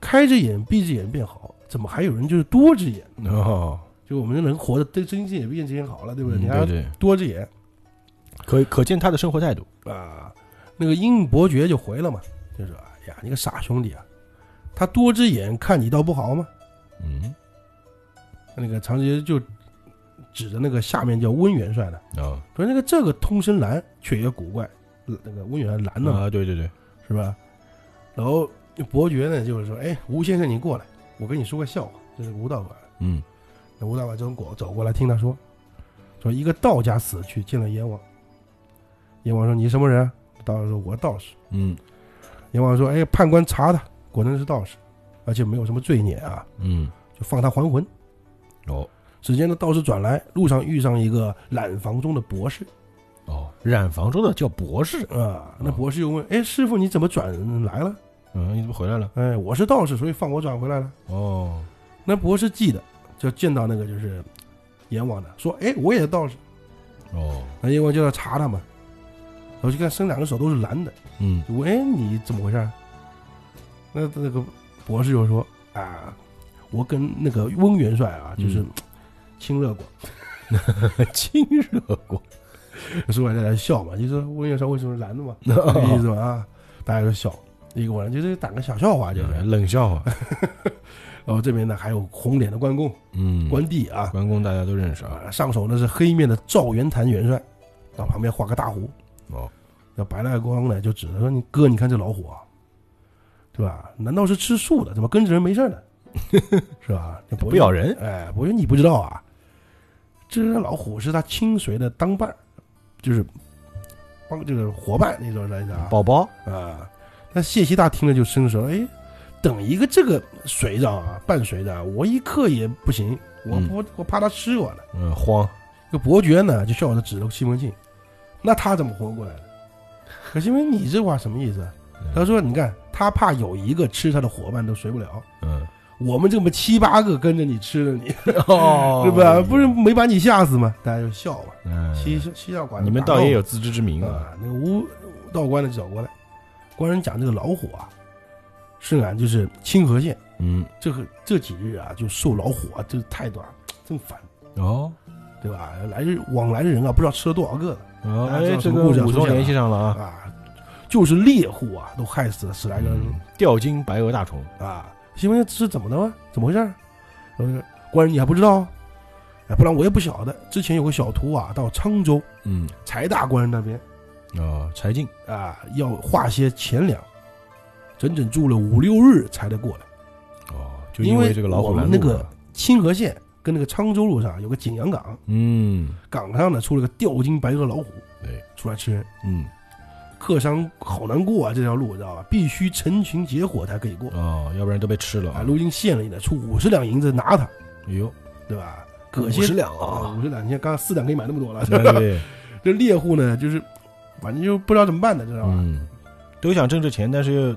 Speaker 2: 开着眼闭着眼便好，怎么还有人就是多只眼？
Speaker 1: 哦，
Speaker 2: 就就我们能活得对睁一只眼闭一只眼好了，对不对？
Speaker 1: 嗯
Speaker 2: 你还要
Speaker 1: 对对，
Speaker 2: 多只眼
Speaker 1: 可可见他的生活态度。
Speaker 2: 啊。那个英伯爵就回了嘛，就说：“哎呀，你个傻兄弟啊，他多只眼看你倒不好吗
Speaker 1: 嗯，？”
Speaker 2: 那个长杰就指着那个下面叫温元帅的，
Speaker 1: 啊
Speaker 2: 说：“那个这个通身蓝却也古怪，呃那个温元帅蓝的嘛，
Speaker 1: 啊，对对对，
Speaker 2: 是吧？然后伯爵呢，就是说，哎，吴先生你过来，我跟你说个笑话，这是吴道馆。
Speaker 1: 嗯
Speaker 2: 那吴道馆正过走过来听他说，说一个道家死去见了阎王，阎王说你什么人啊？道士说我道士。
Speaker 1: 嗯
Speaker 2: 阎王说，哎，判官查他，果然是道士，而且没有什么罪孽啊，
Speaker 1: 嗯，
Speaker 2: 就放他还魂。
Speaker 1: 哦
Speaker 2: 只见那道士转来，路上遇上一个染坊中的博士
Speaker 1: 哦，染房中的叫博士，
Speaker 2: 啊，那博士又问，哎，师傅你怎么转来了？
Speaker 1: 嗯，你怎么回来了？
Speaker 2: 哎，我是道士，所以放我转回来了。
Speaker 1: 哦，
Speaker 2: 那博士记得，就见到那个就是阎王的，说：“哎，我也道士。
Speaker 1: 哦，”
Speaker 2: 那阎王就要查他嘛，然后就看伸两个手都是蓝的，
Speaker 1: 嗯，
Speaker 2: 就问：“哎，你怎么回事啊？”那那个博士就说：“啊，我跟那个翁元帅啊，就是
Speaker 1: 嗯
Speaker 2: 亲热过。
Speaker 1: 亲热过，
Speaker 2: 说完大家笑嘛，就说翁元帅为什么是蓝的嘛，这个
Speaker 1: 嗯
Speaker 2: 意思嘛啊，大家都笑。一个晚上就是讲个小笑话，就是。
Speaker 1: 冷笑话。
Speaker 2: 然后这边呢还有红脸的关公、
Speaker 1: 嗯，
Speaker 2: 关帝啊，
Speaker 1: 关公大家都认识啊。
Speaker 2: 啊，上手呢是黑面的赵元谭元帅，然后旁边画个大虎。
Speaker 1: 哦，
Speaker 2: 那白赖光呢就指着说：“你哥，你看这老虎啊，对吧？难道是吃素的？怎么跟着人没事儿呢？ 是吧？这
Speaker 1: 不咬人。
Speaker 2: 哎，伯爵你不知道啊，这只老虎是他亲随的当伴儿，就是帮就是伙伴，你说来着啊？
Speaker 1: 宝宝，
Speaker 2: 啊，那谢希大听了就伸手，哎，等一个这个随着啊，伴随着啊，我一刻也不行，我
Speaker 1: 嗯
Speaker 2: 我我怕他吃我呢。”
Speaker 1: 嗯，慌，
Speaker 2: 这伯爵呢就笑着指着西门庆，那他怎么活过来的？可西门，你这话什么意思啊？
Speaker 1: 嗯
Speaker 2: 他说：“你看，他怕有一个吃他的伙伴都随不了，
Speaker 1: 嗯，
Speaker 2: 我们这么七八个跟着你吃了你，
Speaker 1: 哦
Speaker 2: 对吧？不是没把你吓死吗？”大家就笑嘛。
Speaker 1: 嗯，
Speaker 2: 西西药馆，
Speaker 1: 你们倒也有自知之明啊。
Speaker 2: 啊。那个吴道官呢就走过来，官人讲这个老虎啊，是俺就是清河县
Speaker 1: 嗯，
Speaker 2: 这个这几日啊就受老虎啊这太短，真烦，
Speaker 1: 哦，
Speaker 2: 对吧？来往来的人啊，不知道吃了多少个了。
Speaker 1: 哦
Speaker 2: 大家知
Speaker 1: 哎
Speaker 2: 道，
Speaker 1: 这
Speaker 2: 什么
Speaker 1: 个
Speaker 2: 故事啊
Speaker 1: 武
Speaker 2: 出
Speaker 1: 松
Speaker 2: 现了
Speaker 1: 联系上了啊。
Speaker 2: 啊，就是猎户啊，都害死了十来个人、
Speaker 1: 嗯吊睛白额大虫，
Speaker 2: 啊。西门庆是怎么的吗？怎么回事儿？然后这个官人你还不知道？哎，不然我也不晓得。之前有个小徒啊，到沧州
Speaker 1: 嗯，
Speaker 2: 柴大官人那边
Speaker 1: 哦，柴进，
Speaker 2: 啊，要化些钱粮，整整住了五六日才得过来。
Speaker 1: 哦，就
Speaker 2: 因为
Speaker 1: 这个老虎
Speaker 2: 我们
Speaker 1: 拦
Speaker 2: 那
Speaker 1: 路
Speaker 2: 个
Speaker 1: 了
Speaker 2: 清河县跟那个沧州路上有个景阳岗，
Speaker 1: 嗯，
Speaker 2: 岗上呢出了个吊睛白额老虎
Speaker 1: 对，
Speaker 2: 出来吃人，
Speaker 1: 嗯，
Speaker 2: 客商好难过啊，这条路知道吧？必须成群结伙才可以过。
Speaker 1: 哦，要不然都被吃了
Speaker 2: 啊，
Speaker 1: 啊。
Speaker 2: 卢金献了你的，出五十两银子拿他，
Speaker 1: 哎呦，
Speaker 2: 对吧？葛
Speaker 1: 五
Speaker 2: 些
Speaker 1: 十两
Speaker 2: 啊，
Speaker 1: 啊，
Speaker 2: 五十两，你看刚刚四两可以买那么多了，
Speaker 1: 对对，
Speaker 2: 这猎户呢，就是反正就不知道怎么办的，知道吧？
Speaker 1: 嗯，都想挣这钱，但是又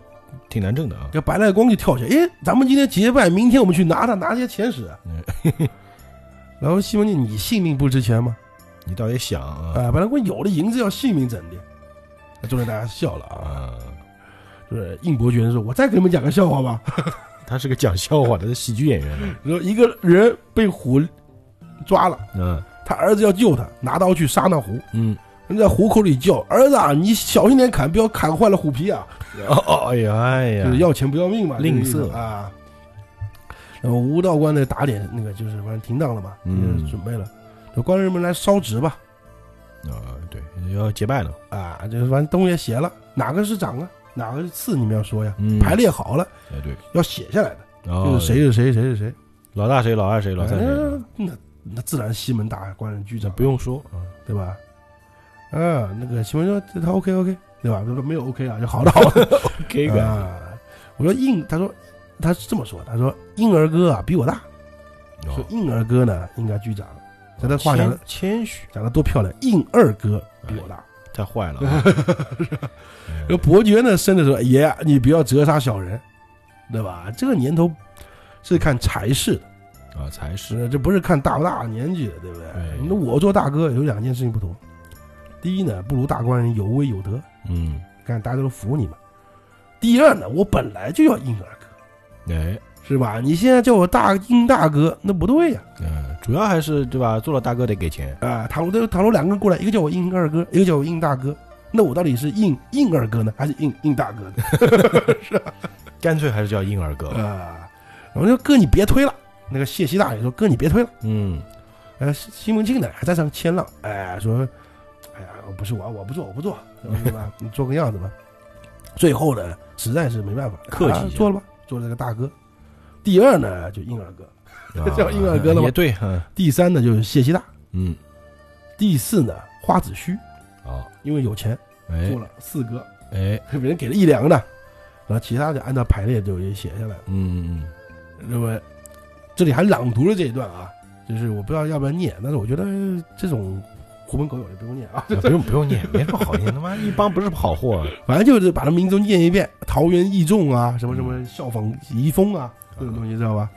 Speaker 1: 挺难挣的啊。
Speaker 2: 这白赖光就跳起来，哎，咱们今天结拜，明天我们去拿他，拿这些钱使啊
Speaker 1: 嗯。
Speaker 2: 然后西门庆，你性命不值钱吗？
Speaker 1: 你倒也想啊，
Speaker 2: 啊，白赖光有了银子要性命怎的？那众人大家笑了啊，
Speaker 1: 啊，
Speaker 2: 就是应伯爵说：“我再给你们讲个笑话吧。
Speaker 1: 他是个讲笑话的喜剧演员啊呢。”
Speaker 2: 然后一个人被虎抓了，
Speaker 1: 嗯
Speaker 2: 他儿子要救他，拿刀去杀那虎，
Speaker 1: 嗯，
Speaker 2: 人在虎口里叫：“儿子，啊，你小心点砍，不要砍坏了虎皮啊！”
Speaker 1: 哦哦，哎呀哎呀，
Speaker 2: 就是要钱不要命嘛，
Speaker 1: 吝
Speaker 2: 这个意思
Speaker 1: 啬
Speaker 2: 啊。然后吴道官呢打点那个就是反正停当了嘛，
Speaker 1: 嗯
Speaker 2: 就是准备了，这官人们来烧纸吧，
Speaker 1: 啊，对，要结拜了。
Speaker 2: 啊，这反正东西也写了，哪个是长啊，哪个是次，你们要说呀，
Speaker 1: 嗯，
Speaker 2: 排列好了
Speaker 1: 哎对，
Speaker 2: 要写下来的，
Speaker 1: 然后
Speaker 2: 就是谁是谁谁是谁，
Speaker 1: 哦老大谁，老二谁，老三谁，
Speaker 2: 哎那那自然西门大官人局
Speaker 1: 那
Speaker 2: 长
Speaker 1: 不用说啊，
Speaker 2: 对吧？啊，那个西门说这他 OK OK 对吧？他说没有 OK 啊，就好的好 的。
Speaker 1: 给个
Speaker 2: 啊，我说应，他说他是这么说，他说婴儿哥啊比我大，
Speaker 1: 啊
Speaker 2: 说
Speaker 1: 哦
Speaker 2: 应儿哥呢应该局长，他的话讲的
Speaker 1: 谦虚，
Speaker 2: 讲的多漂亮，应二哥比我大。
Speaker 1: 太坏了 啊。哎
Speaker 2: 然后伯爵呢伸着说：“爷，你不要折杀小人，对吧？这个年头是看财势的，
Speaker 1: 啊，才是
Speaker 2: 是这不是看大不大年纪的，对不对
Speaker 1: 对？
Speaker 2: 那我做大哥有两件事情不同，第一呢，不如大官人有威有德，
Speaker 1: 嗯，
Speaker 2: 看大家都服你嘛；第二呢，我本来就要应二哥，
Speaker 1: 哎，
Speaker 2: 是吧？你现在叫我大英大哥，那不对呀、
Speaker 1: 嗯，主要还是对吧？做了大哥得给钱，
Speaker 2: 啊，倘若都倘若两个人过来，一个叫我硬二哥，一个叫我硬大哥，那我到底是硬硬二哥呢，还是硬硬大哥呢？
Speaker 1: 干脆还是叫婴儿哥。
Speaker 2: 啊，然后就哥你别推了。那个谢希大爷说：“哥，你别推了。
Speaker 1: 嗯”
Speaker 2: 呃，西门庆呢还在上谦让，哎，说：“哎呀，不是我，我不做，我不做，对吧？你做个样子吧。”最后呢，实在是没办法，
Speaker 1: 客气
Speaker 2: 啊
Speaker 1: 一下
Speaker 2: 做了吧，做了个大哥。第二呢，就硬二哥；叫婴儿哥了吗
Speaker 1: 也对，嗯
Speaker 2: 第三呢，就是谢希大；
Speaker 1: 嗯，
Speaker 2: 第四呢，花子虚，
Speaker 1: 好，
Speaker 2: 因为有钱
Speaker 1: 哎
Speaker 2: 做了四哥，
Speaker 1: 哎，
Speaker 2: 给 别人给了一两个呢，然后其他就按照排列就也写下来了。
Speaker 1: 嗯嗯
Speaker 2: 那么这里还朗读了这一段啊，就是我不知道要不要念，但是我觉得这种狐朋狗友就不用念啊，
Speaker 1: 嗯，不用不用念，没什么好念，他妈一帮不是好货，
Speaker 2: 反正就是把他名字念一遍，桃园义众啊，什么什么
Speaker 1: 嗯
Speaker 2: 效仿遗风啊，这种东西知道吧？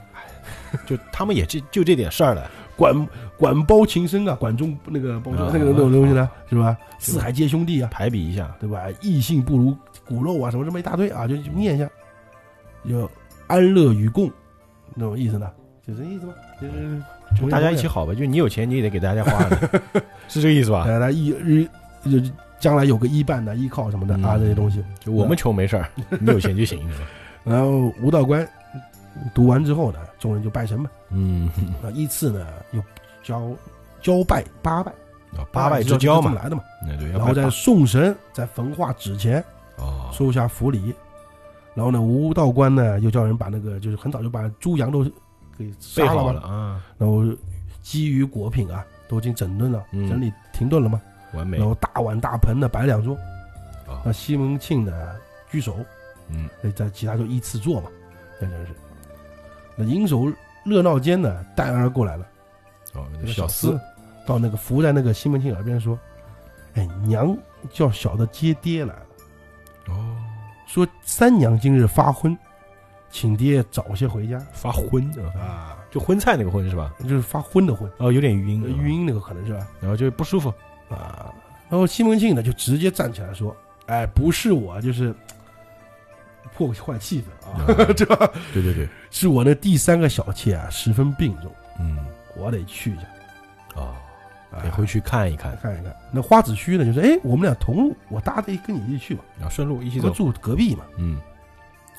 Speaker 1: 就他们也就就这点事儿了，
Speaker 2: 管管包情深啊，管中那个包
Speaker 1: 啊
Speaker 2: 那个那种东西呢，是吧？四海皆兄弟啊，
Speaker 1: 排比一下，
Speaker 2: 对吧？异性不如骨肉啊，什么这么一大堆啊，就就念一下，就安乐与共，那种意思呢，就这意思吧，就是
Speaker 1: 就大家一起好吧，就你有钱你也得给大家花 的，是这个意思吧？
Speaker 2: 大家哎一日就是将来有个依伴的依靠什么的啊，
Speaker 1: 嗯
Speaker 2: 这些东西。
Speaker 1: 就我们穷没事儿，你有钱就行。
Speaker 2: 然后吴道官读完之后呢，众人就拜神嘛。
Speaker 1: 嗯，
Speaker 2: 啊，依次呢又交交拜八拜，
Speaker 1: 哦八拜
Speaker 2: 知道
Speaker 1: 之交
Speaker 2: 就这
Speaker 1: 嘛，
Speaker 2: 么来的嘛。
Speaker 1: 那对，要
Speaker 2: 然后
Speaker 1: 拜
Speaker 2: 再
Speaker 1: 把
Speaker 2: 送神，在焚化纸钱，
Speaker 1: 哦，
Speaker 2: 收下符礼。然后呢，吴道官呢又叫人把那个就是很早就把猪羊都给
Speaker 1: 备
Speaker 2: 杀了
Speaker 1: 好
Speaker 2: 嘛，
Speaker 1: 了啊，
Speaker 2: 然后基于果品啊都已经整顿了，
Speaker 1: 嗯
Speaker 2: 整理停顿了嘛。
Speaker 1: 完美
Speaker 2: 然，后大碗大盆的摆两桌，
Speaker 1: 哦
Speaker 2: 那西门庆呢居首，
Speaker 1: 嗯，
Speaker 2: 那在其他就依次做嘛，那真是。那银手热闹间呢，戴安儿过来了，
Speaker 1: 哦，那
Speaker 2: 那
Speaker 1: 个
Speaker 2: 个
Speaker 1: 小
Speaker 2: 厮
Speaker 1: 厮，
Speaker 2: 到那个伏在那个西门庆耳边说：“哎，娘叫小的接爹来了，
Speaker 1: 哦，
Speaker 2: 说三娘今日发昏，请爹早些回家
Speaker 1: 发荤啊，
Speaker 2: 啊。
Speaker 1: 就荤菜那个荤是吧”？
Speaker 2: 就是发昏的昏，
Speaker 1: 哦，有点晕，
Speaker 2: 呃
Speaker 1: 晕，
Speaker 2: 晕那个可能是吧？
Speaker 1: 然后就不舒服，
Speaker 2: 啊，然后西门庆呢就直接站起来说：“哎，不是我，就是破坏气氛 啊，
Speaker 1: 啊
Speaker 2: 对吧？
Speaker 1: 对对对，
Speaker 2: 是我那第三个小妾啊，十分病重，
Speaker 1: 嗯，
Speaker 2: 我得去一下。”
Speaker 1: 哦，
Speaker 2: 啊
Speaker 1: 得回去看一看，
Speaker 2: 看一看。那花子虚呢，就是哎，我们俩同路，我搭的跟你一起去吧，
Speaker 1: 然啊后顺路一起
Speaker 2: 我们
Speaker 1: 走，
Speaker 2: 住隔壁嘛。
Speaker 1: 嗯，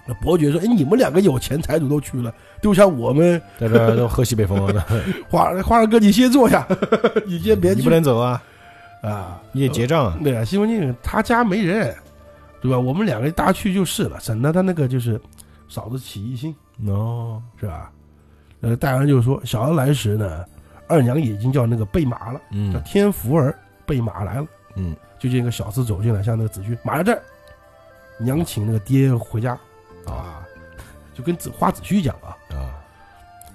Speaker 2: 那伯爵说，哎，你们两个有钱财主都去了，丢下我们
Speaker 1: 在这儿都喝西北风了呢，
Speaker 2: 花花二哥，你先坐下， 你先别
Speaker 1: 你
Speaker 2: 去
Speaker 1: 不能走啊，
Speaker 2: 啊。
Speaker 1: 你得结账啊，
Speaker 2: 对啊，西门庆他家没人，对吧？我们两个搭去就是了，省得他那个就是嫂子起疑心，
Speaker 1: 哦，
Speaker 2: 是吧？呃，大人就说，小的来时呢，二娘已经叫那个备马了，叫
Speaker 1: 嗯
Speaker 2: 天福儿备马来了。
Speaker 1: 嗯，
Speaker 2: 就见一个小厮走进来，向那个子虚马上这儿，娘请那个爹回家
Speaker 1: 啊
Speaker 2: 啊，就跟子花子虚讲啊，
Speaker 1: 啊，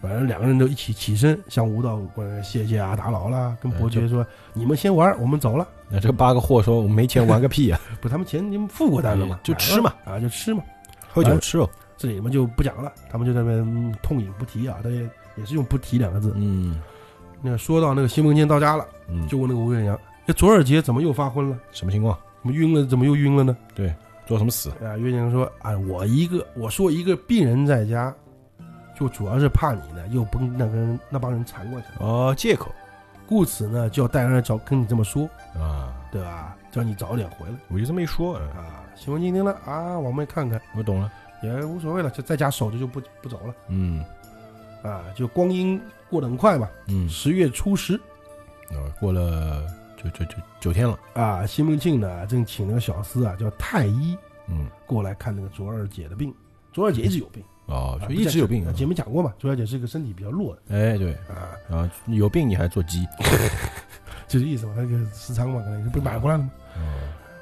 Speaker 2: 反正两个人都一起起身，向吴道官谢谢啊，打扰了，跟
Speaker 1: 哎
Speaker 2: 伯爵说你们先玩儿，我们走了。
Speaker 1: 那这八个货说我没钱玩个屁啊，
Speaker 2: 不，他们钱你们付过他了嘛，
Speaker 1: 哎就
Speaker 2: 买了
Speaker 1: 吃嘛
Speaker 2: 啊，就吃嘛，
Speaker 1: 喝酒吃肉，
Speaker 2: 这里面就不讲了，他们就在那边嗯痛饮不提啊，他也也是用不提两个字。
Speaker 1: 嗯
Speaker 2: 那说到那个西门庆到家了，
Speaker 1: 嗯，
Speaker 2: 就问那个吴哎月娘，这左耳杰怎么又发昏了？
Speaker 1: 什么情况？
Speaker 2: 怎么晕了？怎么又晕了呢？
Speaker 1: 做什么死？
Speaker 2: 啊，岳娘说啊，我一个我说一个病人在家，就主要是怕你呢又不跟那个人那帮人缠过去了，
Speaker 1: 哦，借口
Speaker 2: 故此呢就要带人找跟你这么说，
Speaker 1: 啊，
Speaker 2: 对吧？叫你早点回来
Speaker 1: 我就这么一说，嗯
Speaker 2: 啊。西门庆听了啊，往外看看
Speaker 1: 我懂了，
Speaker 2: 也无所谓了，就在家守着就不不走了
Speaker 1: 嗯
Speaker 2: 啊。就光阴过得很快嘛，
Speaker 1: 嗯，
Speaker 2: 十月初十
Speaker 1: 呃过了就就就九天了，
Speaker 2: 啊，西门庆呢正请那个小厮啊叫太医
Speaker 1: 嗯，
Speaker 2: 过来看那个卓二姐的病。卓二姐一直有病，
Speaker 1: 哦，
Speaker 2: 啊
Speaker 1: 就一直有病啊，
Speaker 2: 前面讲过嘛，卓二姐是个身体比较弱
Speaker 1: 哎对，
Speaker 2: 的啊，
Speaker 1: 啊，有病你还做鸡，
Speaker 2: 就这意思嘛，那个私仓嘛，可能就被买回来了嘛。
Speaker 1: 哦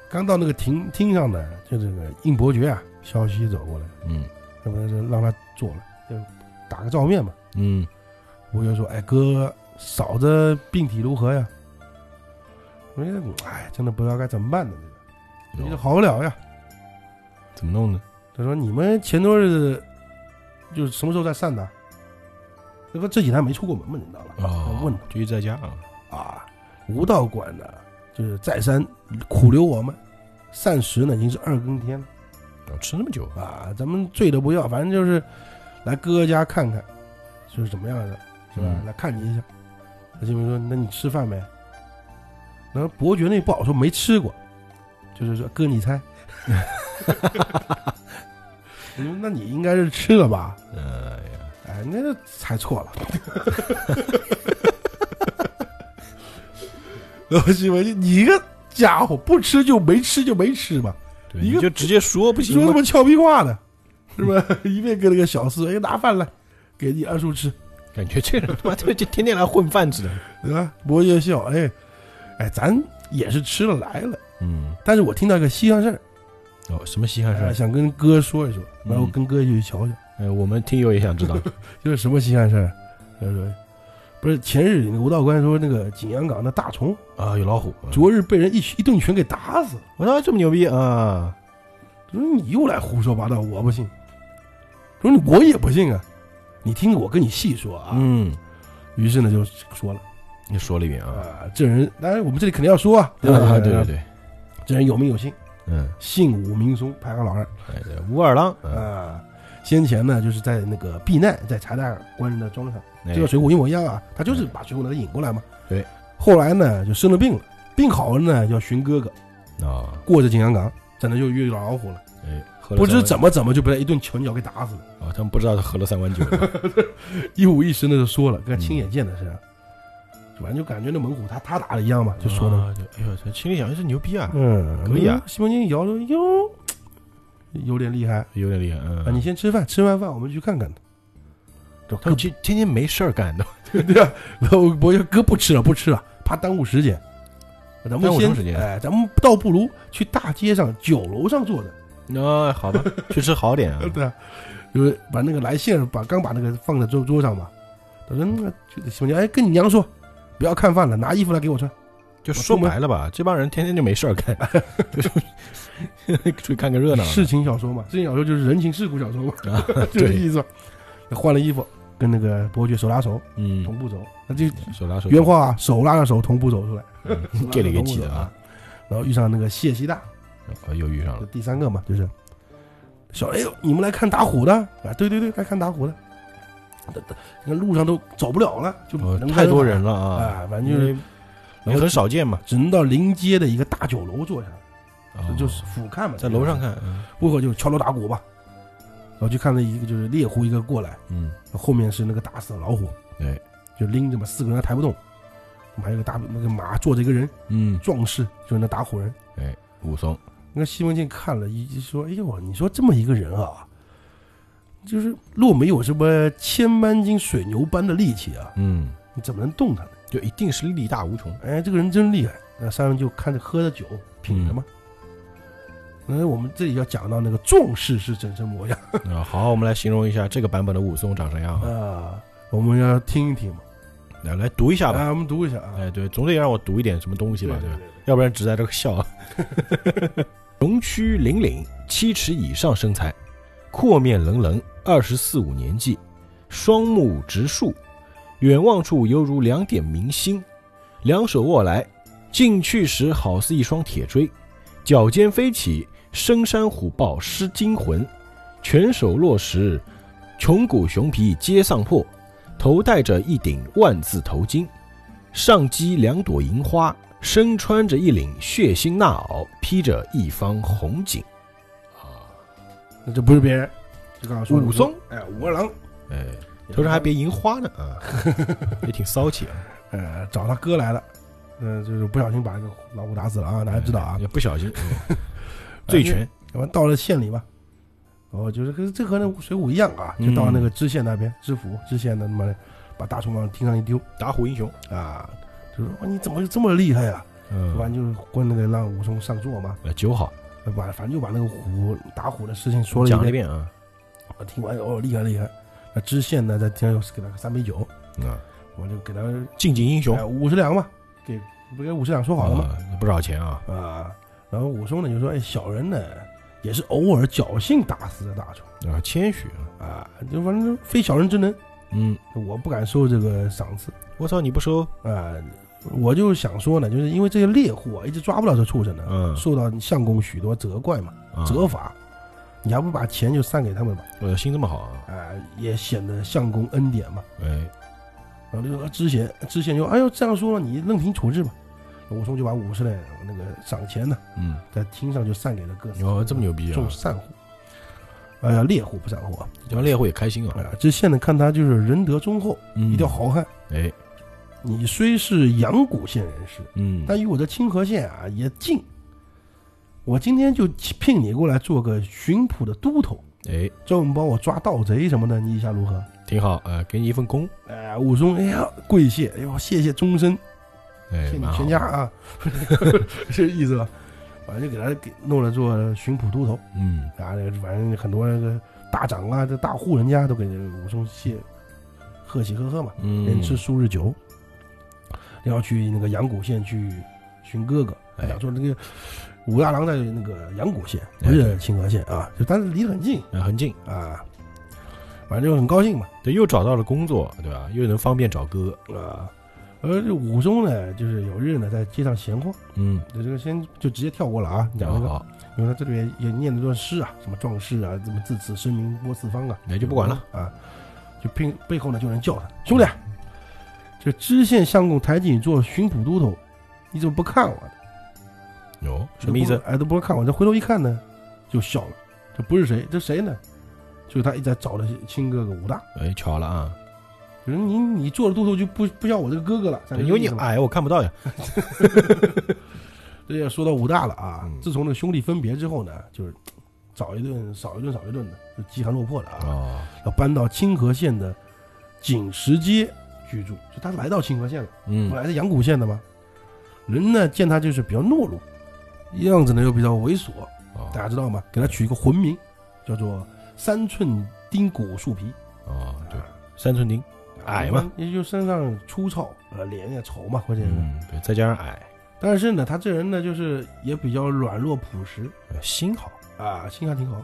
Speaker 2: 刚到那个厅厅上呢，就这个应伯爵啊，消息走过来，
Speaker 1: 嗯
Speaker 2: 要不然就让他坐了，就打个照面嘛。
Speaker 1: 嗯，
Speaker 2: 伯爵说：“哎哥，嫂子病体如何呀？”我觉得，哎，真的不知道该怎么办呢。这个，
Speaker 1: 哦
Speaker 2: 这好不了呀。
Speaker 1: 怎么弄呢？
Speaker 2: 他说：“你们前段日子就是什么时候再散的？那不这几天没出过门嘛，你知道吧？
Speaker 1: 哦，
Speaker 2: 问
Speaker 1: 就一直在家啊，
Speaker 2: 啊，吴道馆呢，就是再三苦留我们，散时呢已经是二更天了。”
Speaker 1: 哦吃那么久啊，
Speaker 2: 啊，咱们醉的不要，反正就是来哥哥家看看，就是怎么样的，是吧？
Speaker 1: 嗯
Speaker 2: 来看你一下。”那金明说：“那你吃饭没？”然后伯爵那不好说，没吃过，就是说哥你猜。 我说那你应该是吃了吧？
Speaker 1: 哎呀，
Speaker 2: 哎，那就猜错了。 然后西门庆，你一个家伙不吃就没吃就没吃吧，
Speaker 1: 对，
Speaker 2: 一
Speaker 1: 你
Speaker 2: 个
Speaker 1: 就直接说不行
Speaker 2: 说他
Speaker 1: 吗？
Speaker 2: 妈俏皮话呢，是吧？ 一面跟那个小四，哎，拿饭来，给你二叔吃，
Speaker 1: 感觉这人他 妈就就天天来混饭吃的。
Speaker 2: 对吧？伯爵笑，哎，哎，咱也是吃了来了，
Speaker 1: 嗯，
Speaker 2: 但是我听到一个稀罕事儿，
Speaker 1: 哦，什么稀罕事
Speaker 2: 哎
Speaker 1: 儿？
Speaker 2: 想跟哥说一说，
Speaker 1: 嗯
Speaker 2: 然后跟哥一起去瞧瞧，
Speaker 1: 哎，我们听友也想知 道。
Speaker 2: 就是什么稀罕事儿？他说，不是前日那个吴道官说那个景阳冈的大虫。
Speaker 1: 啊，有老虎，
Speaker 2: 昨日被人一拳一顿拳给打死了。
Speaker 1: 我操，这么牛逼啊！
Speaker 2: 说你又来胡说八道，我不信。说你我也不信啊，你听我跟你细说啊。
Speaker 1: 嗯，
Speaker 2: 于是呢就说了
Speaker 1: 你说了一遍啊，
Speaker 2: 啊，这人当然我们这里肯定要说啊，对吧？
Speaker 1: 啊对对，对，
Speaker 2: 这人有名有姓，
Speaker 1: 嗯，
Speaker 2: 姓武名松，排行老二
Speaker 1: 哎，对武二郎，嗯
Speaker 2: 啊。先前呢就是在那个避难，在查大官人的庄上，
Speaker 1: 哎
Speaker 2: 就像水浒一模一样啊，他就是把水浒那个引过来嘛。
Speaker 1: 对。
Speaker 2: 后来呢就生了病了，病好了呢要寻哥哥，
Speaker 1: 啊，
Speaker 2: 过着景阳冈，真的就遇到老虎了。
Speaker 1: 哎，喝了
Speaker 2: 不知
Speaker 1: 三
Speaker 2: 怎么怎么就被他一顿拳脚给打死了。
Speaker 1: 碗啊，他们不知道他喝了三碗酒，
Speaker 2: 一五一十那就说了，跟
Speaker 1: 嗯
Speaker 2: 亲眼见的是，反正就感觉那猛虎他他打的一样嘛，就说了，
Speaker 1: 啊，哎呦，这心里想哎这牛逼啊，
Speaker 2: 嗯
Speaker 1: 可以啊
Speaker 2: 西门庆一摇着哟，有点厉害
Speaker 1: 有点厉害，
Speaker 2: 啊！你
Speaker 1: 嗯，
Speaker 2: 先吃饭，吃完饭我们去看看。
Speaker 1: 他们天天天没事儿干的，
Speaker 2: 对啊，然后伯爵哥不吃了，不吃了，怕耽误时间。咱们
Speaker 1: 耽误什
Speaker 2: 先
Speaker 1: 么时间
Speaker 2: 哎，咱们倒不如去大街上酒楼上坐着。
Speaker 1: 那好吧，去吃好点啊，
Speaker 2: 对啊，就是把那个来信儿把刚把那个放在桌桌上嘛。他说：“那就西门庆，哎，跟你娘说，不要看饭了，拿衣服来给我穿。”
Speaker 1: 就说白了吧，这帮人天天就没事儿干，就是出去看个热闹，
Speaker 2: 事情小说嘛，事情小说就是人情世故小说嘛，
Speaker 1: 啊，
Speaker 2: 就是这
Speaker 1: 对，
Speaker 2: 意思嘛。换了衣服，跟那个伯爵手拉手，
Speaker 1: 嗯，
Speaker 2: 同步走，那就
Speaker 1: 手拉手，
Speaker 2: 原话啊，手拉着手同步走出来，
Speaker 1: 嗯这里给记得啊，
Speaker 2: 然后遇上那个谢希大，
Speaker 1: 啊，又遇上
Speaker 2: 这
Speaker 1: 了，
Speaker 2: 第三个嘛，就是小哎呦，你们来看打虎的啊？对对对，来看打虎的。那路上都走不了了，就
Speaker 1: 哦
Speaker 2: 能
Speaker 1: 太多人
Speaker 2: 了
Speaker 1: 了啊，
Speaker 2: 啊！反正
Speaker 1: 因
Speaker 2: 就是
Speaker 1: 为也很少见嘛，
Speaker 2: 只能到临街的一个大酒楼坐下，
Speaker 1: 哦
Speaker 2: 就是俯瞰嘛，
Speaker 1: 在楼上，看，嗯
Speaker 2: 不过就敲锣打鼓吧。然后就看到一个就是猎户一个过来，
Speaker 1: 嗯，
Speaker 2: 后面是那个打死的老虎，
Speaker 1: 对，
Speaker 2: 就拎着嘛，四个人还抬不动，还有个大那个马坐着一个人，
Speaker 1: 嗯，
Speaker 2: 壮士就是那打虎人。
Speaker 1: 武松，
Speaker 2: 那西门庆看了一说：“哎呦，你说这么一个人啊，就是若没有什么千般斤水牛般的力气啊，
Speaker 1: 嗯，
Speaker 2: 你怎么能动他呢？
Speaker 1: 就一定是力大无穷，
Speaker 2: 哎，这个人真厉害。”那三人就看着喝着酒，品
Speaker 1: 嗯
Speaker 2: 着嘛。那我们这里要讲到那个壮士是真身模样
Speaker 1: 啊，好，我们来形容一下这个版本的武松长什么样啊？
Speaker 2: 啊，我们要听一听嘛。
Speaker 1: 来来读一下吧。
Speaker 2: 来，我们读一下啊。
Speaker 1: 哎，对，总得让我读一点什么东西吧，对吧？
Speaker 2: 对，
Speaker 1: 要不然只在这个笑啊。 容躯凛凛，七尺以上身材，阔面棱棱，二十四五年纪，双目直竖，远望处犹如两点明星，两手握来，进去时好似一双铁锥，脚尖飞起，深山虎豹失惊魂，拳手落实，穷骨熊皮皆丧破，头戴着一顶万字头巾，上击两朵银花，身穿着一领血腥衲袄，披着一方红锦。
Speaker 2: 那这不是别人，就刚刚说的
Speaker 1: 武松，
Speaker 2: 哎，武二郎，
Speaker 1: 哎，头上还别银花呢啊， 也挺骚气啊。
Speaker 2: 呃，找他哥来了，嗯、就是不小心把这个老虎打死了啊，大家知道啊
Speaker 1: 哎。也不小心，嗯 醉拳
Speaker 2: 我们到了县里吧，哦，就是跟这和那水浒一样啊，
Speaker 1: 嗯
Speaker 2: 就到那个知县那边，知府知县的他妈的把大虫往厅上一丢
Speaker 1: 打虎英雄，
Speaker 2: 啊，就说哇你怎么就这么厉害呀、
Speaker 1: 嗯，
Speaker 2: 完就是关那个让武松上座嘛，
Speaker 1: 呃酒好，
Speaker 2: 把反正就把那个虎打虎的事情说了
Speaker 1: 讲了
Speaker 2: 一
Speaker 1: 一遍啊，
Speaker 2: 我听完哦厉害厉害，那知县呢在厅上又给他三杯酒，
Speaker 1: 啊，
Speaker 2: 我就给他
Speaker 1: 竞技英雄
Speaker 2: 哎五十两嘛，给不给五十两说好了吗？
Speaker 1: 啊，不少钱啊，
Speaker 2: 啊，然后武松呢就说：“哎，小人呢也是偶尔侥幸打死的大虫
Speaker 1: 啊，谦虚啊，
Speaker 2: 啊，就反正非小人之能，
Speaker 1: 嗯，
Speaker 2: 我不敢受这个赏赐
Speaker 1: 我操，你不收，
Speaker 2: 啊。我就想说呢，就是因为这些猎户啊一直抓不到这畜生呢，
Speaker 1: 嗯，
Speaker 2: 受到相公许多责怪嘛，
Speaker 1: 啊
Speaker 2: 责罚。你还不把钱就散给他们嘛？
Speaker 1: 我的心这么好啊！
Speaker 2: 啊、也显得相公恩典嘛。
Speaker 1: 哎，
Speaker 2: 然后就说知县，知县就哎呦这样说了，你任凭处置吧。武松就把五十两那个赏钱呢，
Speaker 1: 嗯，
Speaker 2: 在厅上就散给了各司
Speaker 1: 哦，这么牛逼啊！
Speaker 2: 众散户，哎呀猎户不散户啊。
Speaker 1: 这帮猎户也开心啊！
Speaker 2: 哎呀，知县呢看他就是仁德忠厚，
Speaker 1: 嗯
Speaker 2: 一条好汉。
Speaker 1: 哎，
Speaker 2: 你虽是阳谷县人士，
Speaker 1: 嗯，
Speaker 2: 但与我这清河县啊也近。我今天就聘你过来做个巡捕的都头，
Speaker 1: 哎，
Speaker 2: 专门帮我抓盗贼什么的，你意下如何？
Speaker 1: 挺好，呃，给你一份工，
Speaker 2: 哎，武松，哎呀，跪谢，哎呦，谢谢终身，
Speaker 1: 哎，
Speaker 2: 谢你
Speaker 1: 蛮好
Speaker 2: 全家，啊， 这意思吧？反正就给他给弄了做巡捕都头，
Speaker 1: 嗯，
Speaker 2: 啊，那个反正很多那个大长啊，这大户人家都给武松谢，贺喜呵呵嘛，
Speaker 1: 嗯，
Speaker 2: 连吃数日酒，要去那个阳谷县去寻哥哥。
Speaker 1: 哎
Speaker 2: 哎，说那个武大郎在那个阳谷县，
Speaker 1: 哎
Speaker 2: 不是清河县啊，就但是离得很近
Speaker 1: 呃很近，
Speaker 2: 啊，反正就很高兴嘛
Speaker 1: 对，又找到了工作，对吧？又能方便找哥，
Speaker 2: 啊。而这武松呢，就是有日呢在街上闲晃，
Speaker 1: 嗯，
Speaker 2: 就这个先就直接跳过了啊，讲
Speaker 1: 哦好
Speaker 2: 那个，
Speaker 1: 好，
Speaker 2: 因为他这里面也念了段诗啊，什么壮士啊，怎么自此声名播四方啊，
Speaker 1: 那哎就不管了，
Speaker 2: 啊，就背背后呢就有人叫他兄弟，这知县相公抬举你做巡捕都头，你怎么不看我呢？
Speaker 1: 哟，什么意思
Speaker 2: 嗯都？不哎，都不是看我，这回头一看呢，就笑了。这不是谁，这谁呢？就是他一直在找的亲哥哥武大。
Speaker 1: 哎，巧了啊，
Speaker 2: 就是你，你做了都头就不不叫我这个哥哥了，
Speaker 1: 对因为你
Speaker 2: 啊，
Speaker 1: 矮，我看不到呀，
Speaker 2: 这要说到武大了啊
Speaker 1: 嗯。
Speaker 2: 自从那个兄弟分别之后呢，就是找一顿少一顿少一顿的，就饥寒落魄了啊。
Speaker 1: 哦，
Speaker 2: 要搬到清河县的锦石街居住，就他来到清河县了。
Speaker 1: 嗯
Speaker 2: 本，来是阳谷县的嘛，人呢见他就是比较懦弱，样子呢又比较猥琐，
Speaker 1: 哦
Speaker 2: 大家知道吗？给他取一个魂名，叫做三寸丁骨树皮，
Speaker 1: 哦，对，
Speaker 2: 啊
Speaker 1: 三寸丁，矮嘛，
Speaker 2: 也就身上粗糙，呃，脸也丑嘛，关键是。
Speaker 1: 嗯，对，再加上矮，
Speaker 2: 但是呢，他这人呢，就是也比较软弱朴实
Speaker 1: 呃心好，
Speaker 2: 啊，心还挺好。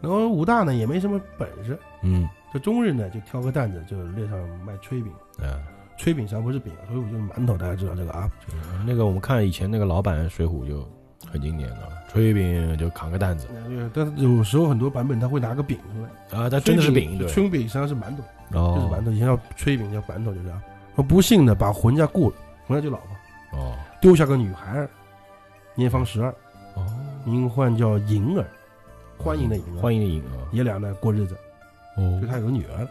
Speaker 2: 然后武大呢也没什么本事，
Speaker 1: 嗯，
Speaker 2: 这终日呢就挑个担子就列上卖炊饼，
Speaker 1: 嗯。
Speaker 2: 炊饼上不是饼，所以我就是馒头，大家知道这个啊。
Speaker 1: 嗯那个我们看以前那个老版《水浒》就很经典的，炊饼就扛个担子
Speaker 2: 那个呃但是有时候很多版本他会拿个饼出来，
Speaker 1: 啊，但真的是
Speaker 2: 炊
Speaker 1: 饼，对，
Speaker 2: 炊饼实际上是馒头，就
Speaker 1: 哦，
Speaker 2: 是馒头，以前叫炊饼叫馒头就这样。说不幸的把浑家雇了，浑家就老婆。
Speaker 1: 哦
Speaker 2: 丢下个女孩儿，年方十二，
Speaker 1: 哦，
Speaker 2: 名唤叫银儿，欢迎的迎啊。
Speaker 1: 欢迎的迎啊，
Speaker 2: 爷俩呢过日子，就
Speaker 1: 哦，
Speaker 2: 他有个女儿了。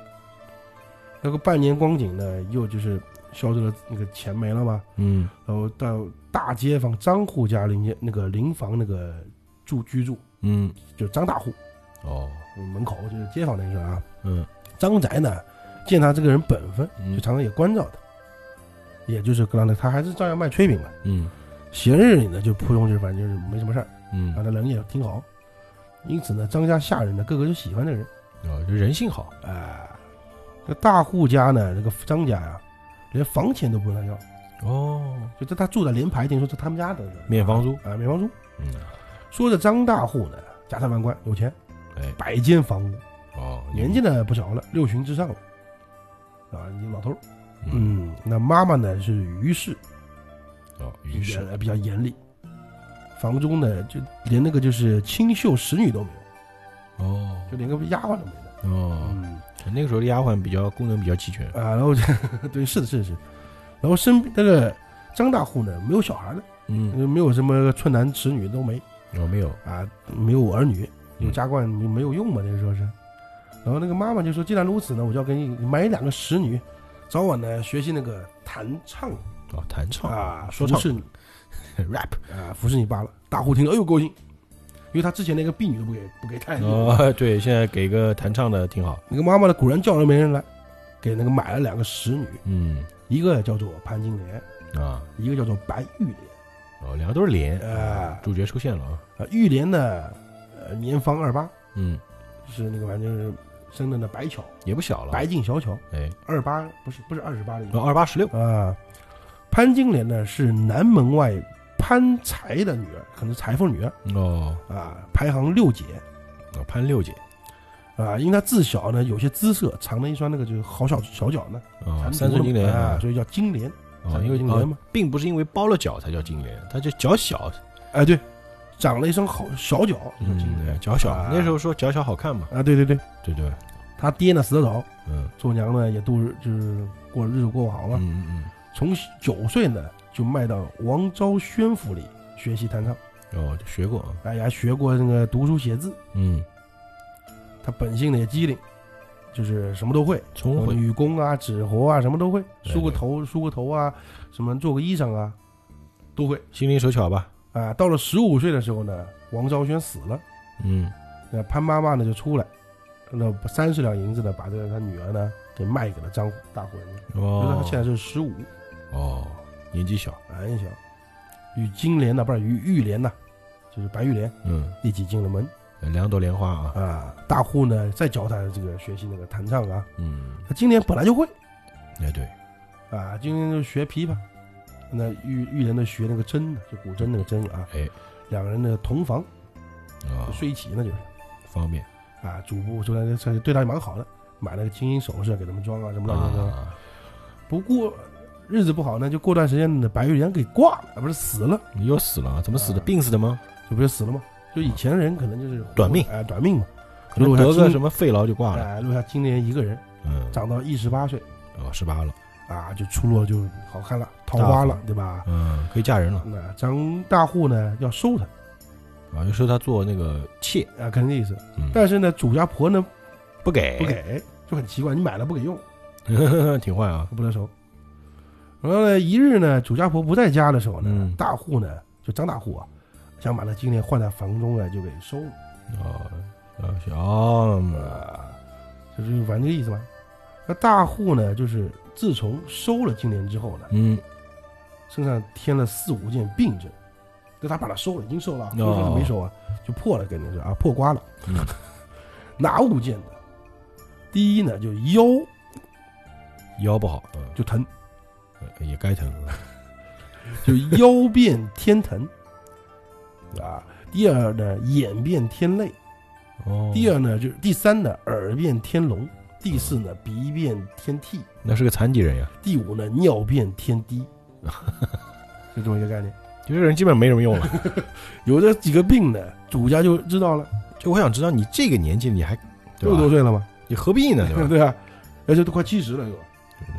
Speaker 2: 那个半年光景呢，又就是消失了，那个钱没了嘛，
Speaker 1: 嗯，
Speaker 2: 然后到大街坊张户家邻家那个邻房那个住居住，
Speaker 1: 嗯，
Speaker 2: 就是张大户
Speaker 1: 哦，
Speaker 2: 嗯门口就是街坊那个事儿啊。
Speaker 1: 嗯，
Speaker 2: 张宅呢，见他这个人本分，
Speaker 1: 嗯
Speaker 2: 就常常也关照他，也就是刚才他还是照样卖炊饼嘛。
Speaker 1: 嗯，
Speaker 2: 闲日里呢，就扑通就反正就是没什么事儿。
Speaker 1: 嗯，
Speaker 2: 啊，他人也挺好，因此呢，张家下人呢，个个就喜欢这人
Speaker 1: 哦，就人性好，
Speaker 2: 啊。这大户家呢，这个张家呀、连房钱都不问他要，
Speaker 1: 哦，
Speaker 2: 就这他住在连排店，说是他们家的人
Speaker 1: 面房租，
Speaker 2: 啊，免房租。
Speaker 1: 嗯，
Speaker 2: 说这张大户呢，家财万贯，有钱，
Speaker 1: 哎，
Speaker 2: 百间房屋，
Speaker 1: 哦，
Speaker 2: 年纪呢不小了，六旬之上了，啊，一个老头儿。
Speaker 1: 嗯，
Speaker 2: 嗯，那妈妈呢是于氏，
Speaker 1: 哦，于是，
Speaker 2: 呃比较严厉，房中呢就连那个就是清秀使女都没有，
Speaker 1: 哦
Speaker 2: 就，连个丫鬟都没有。
Speaker 1: 哦，
Speaker 2: 嗯。
Speaker 1: 那个时候的丫鬟比较功能比较齐全，
Speaker 2: 啊，然后就 对，是的，是的，是的。然后身边那个张大户呢，没有小孩的，
Speaker 1: 嗯，
Speaker 2: 没有什么寸男尺女都没
Speaker 1: 有没有？
Speaker 2: 啊，没有儿女，
Speaker 1: 嗯
Speaker 2: 有家冠没有用嘛，那个时候是。然后那个妈妈就说：“既然如此呢，我就要给你买两个使女，早晚呢学习那个弹唱
Speaker 1: 哦，弹唱
Speaker 2: 啊，
Speaker 1: 说
Speaker 2: 服
Speaker 1: 唱
Speaker 2: 侍你
Speaker 1: ，rap，
Speaker 2: 啊，服侍你罢了。”大户听了，哎呦高兴，因为他之前那个婢女都不给不给带。
Speaker 1: 哦， 对，现在给个弹唱的挺好，
Speaker 2: 那个妈妈呢，果然叫人没人来，给那个买了两个使女，
Speaker 1: 嗯，
Speaker 2: 一个叫做潘金莲，
Speaker 1: 啊。
Speaker 2: 一个叫做白玉莲。
Speaker 1: 哦，两个都是莲，
Speaker 2: 啊
Speaker 1: 主角出现了啊，
Speaker 2: 啊，玉莲呢，呃，年方二八，
Speaker 1: 嗯，
Speaker 2: 就是那个反正是生的那白巧，
Speaker 1: 也不小了，
Speaker 2: 白净小巧，
Speaker 1: 哎，哦
Speaker 2: 二八不是不是二十八的意思
Speaker 1: 二八十六，
Speaker 2: 啊。潘金莲呢是南门外潘财的女儿，可能是裁缝女儿
Speaker 1: 哦，
Speaker 2: 啊，排行六姐
Speaker 1: 哦潘六姐，
Speaker 2: 啊，因为她自小呢有些姿色，藏了一双那个就是好小小脚呢，
Speaker 1: 啊，
Speaker 2: 缠足
Speaker 1: 三寸金莲
Speaker 2: 了嘛啊，，所以叫金莲，
Speaker 1: 哦，
Speaker 2: 三寸
Speaker 1: 因为
Speaker 2: 金莲
Speaker 1: 哦
Speaker 2: 嘛，
Speaker 1: 并不是因为包了脚才叫金莲，它就脚小，
Speaker 2: 哎对，长了一身好小脚，这个金
Speaker 1: 嗯，
Speaker 2: 人
Speaker 1: 脚小
Speaker 2: 啊，
Speaker 1: 那时候说脚小好看嘛，
Speaker 2: 啊，对对对，
Speaker 1: 对对，
Speaker 2: 他爹呢死得早，
Speaker 1: 嗯
Speaker 2: 做娘呢也度日就是过日子过不好了，
Speaker 1: 嗯嗯
Speaker 2: 从九岁呢就卖到王昭宣府里学习弹唱，
Speaker 1: 嗯，哦，学过啊，
Speaker 2: 哎呀，学过那个读书写字，
Speaker 1: 嗯，
Speaker 2: 他本性呢也机灵，就是什么都会，
Speaker 1: 聪慧，
Speaker 2: 女工啊、纸活啊什么都会，
Speaker 1: 对
Speaker 2: 梳个
Speaker 1: 对
Speaker 2: 头、梳个头啊，什么做个衣裳啊，都会
Speaker 1: 心灵手巧吧，
Speaker 2: 啊。到了十五岁的时候呢，王昭宣死了，
Speaker 1: 嗯
Speaker 2: 那潘妈妈呢就出来，那三十两银子呢把这个他女儿呢给卖给了张大户人家，就是他
Speaker 1: 哦
Speaker 2: 现在是十五，
Speaker 1: 哦，年纪小，
Speaker 2: 哎呀，与金莲呢不是与玉莲呐，就是白玉莲
Speaker 1: 嗯，
Speaker 2: 一起进了门
Speaker 1: 两朵莲花啊，
Speaker 2: 啊。大户呢再教他这个学习那个弹唱啊，
Speaker 1: 嗯，
Speaker 2: 他金莲本来就会。
Speaker 1: 哎对，
Speaker 2: 啊，今天就学琵琶，那玉玉人呢学那个筝的，就古筝那个筝啊。
Speaker 1: 哎，
Speaker 2: 两个人呢同房，
Speaker 1: 啊
Speaker 2: 就，睡一起呢就是
Speaker 1: 方便
Speaker 2: 啊。主簿说来这对他也蛮好的，买了个金银首饰给他们装啊什么乱七八糟的。
Speaker 1: 啊，
Speaker 2: 不过日子不好呢，就过段时间呢，白玉莲给挂了，啊不是死了，
Speaker 1: 你又死了啊？怎么死的？
Speaker 2: 啊
Speaker 1: 病死的吗？
Speaker 2: 这不就死了吗？就以前人可能就是活
Speaker 1: 短命
Speaker 2: 哎、短命嘛。
Speaker 1: 可能
Speaker 2: 如果他
Speaker 1: 得个
Speaker 2: 今
Speaker 1: 什么肺痨就挂了，
Speaker 2: 哎，留下金莲一个人，
Speaker 1: 嗯，
Speaker 2: 长到一十八岁
Speaker 1: 哦，十八了，
Speaker 2: 啊，就出落就好看了，桃花了，对吧？
Speaker 1: 嗯，可以嫁人了
Speaker 2: 那张大户呢要收他
Speaker 1: 啊，就说他做那个妾，
Speaker 2: 啊，可能这意思。
Speaker 1: 嗯，
Speaker 2: 但是呢，主家婆呢
Speaker 1: 不给
Speaker 2: 不，给，就很奇怪，你买了不给用，
Speaker 1: 挺坏啊，
Speaker 2: 不得手。然后呢，一日呢，主家婆不在家的时候呢，
Speaker 1: 嗯
Speaker 2: 大户呢，就张大户啊，想把那金莲换在房中啊，就给收了，
Speaker 1: 哦，啊，小，嗯
Speaker 2: 啊，就是反正这个意思吧。那大户呢，就是自从收了金莲之后呢，
Speaker 1: 嗯，
Speaker 2: 身上添了四五件病症，就他把它收了，已经收了啊，不是说是没收啊，就破了，肯定是啊，破瓜了。
Speaker 1: 嗯
Speaker 2: 哪五件呢？第一呢，就腰
Speaker 1: 腰不好，嗯
Speaker 2: 就疼，
Speaker 1: 呃也该疼，
Speaker 2: 就腰变天疼啊。第二呢，眼变天泪；
Speaker 1: 哦，
Speaker 2: 第二呢，就是第三呢，耳变天聋；第四呢，鼻变天涕；
Speaker 1: 那是个残疾人呀，
Speaker 2: 第五呢，尿变天 滴。就这么一个概念。
Speaker 1: 就这个人基本没什么用了。
Speaker 2: 有这几个病呢，主家就知道了，
Speaker 1: 就我想知道，你这个年纪你还
Speaker 2: 六十多
Speaker 1: 吧？
Speaker 2: 岁了嘛，
Speaker 1: 你何必 呢？对
Speaker 2: 对
Speaker 1: 吧？嗯
Speaker 2: 啊，而且都快七十了又。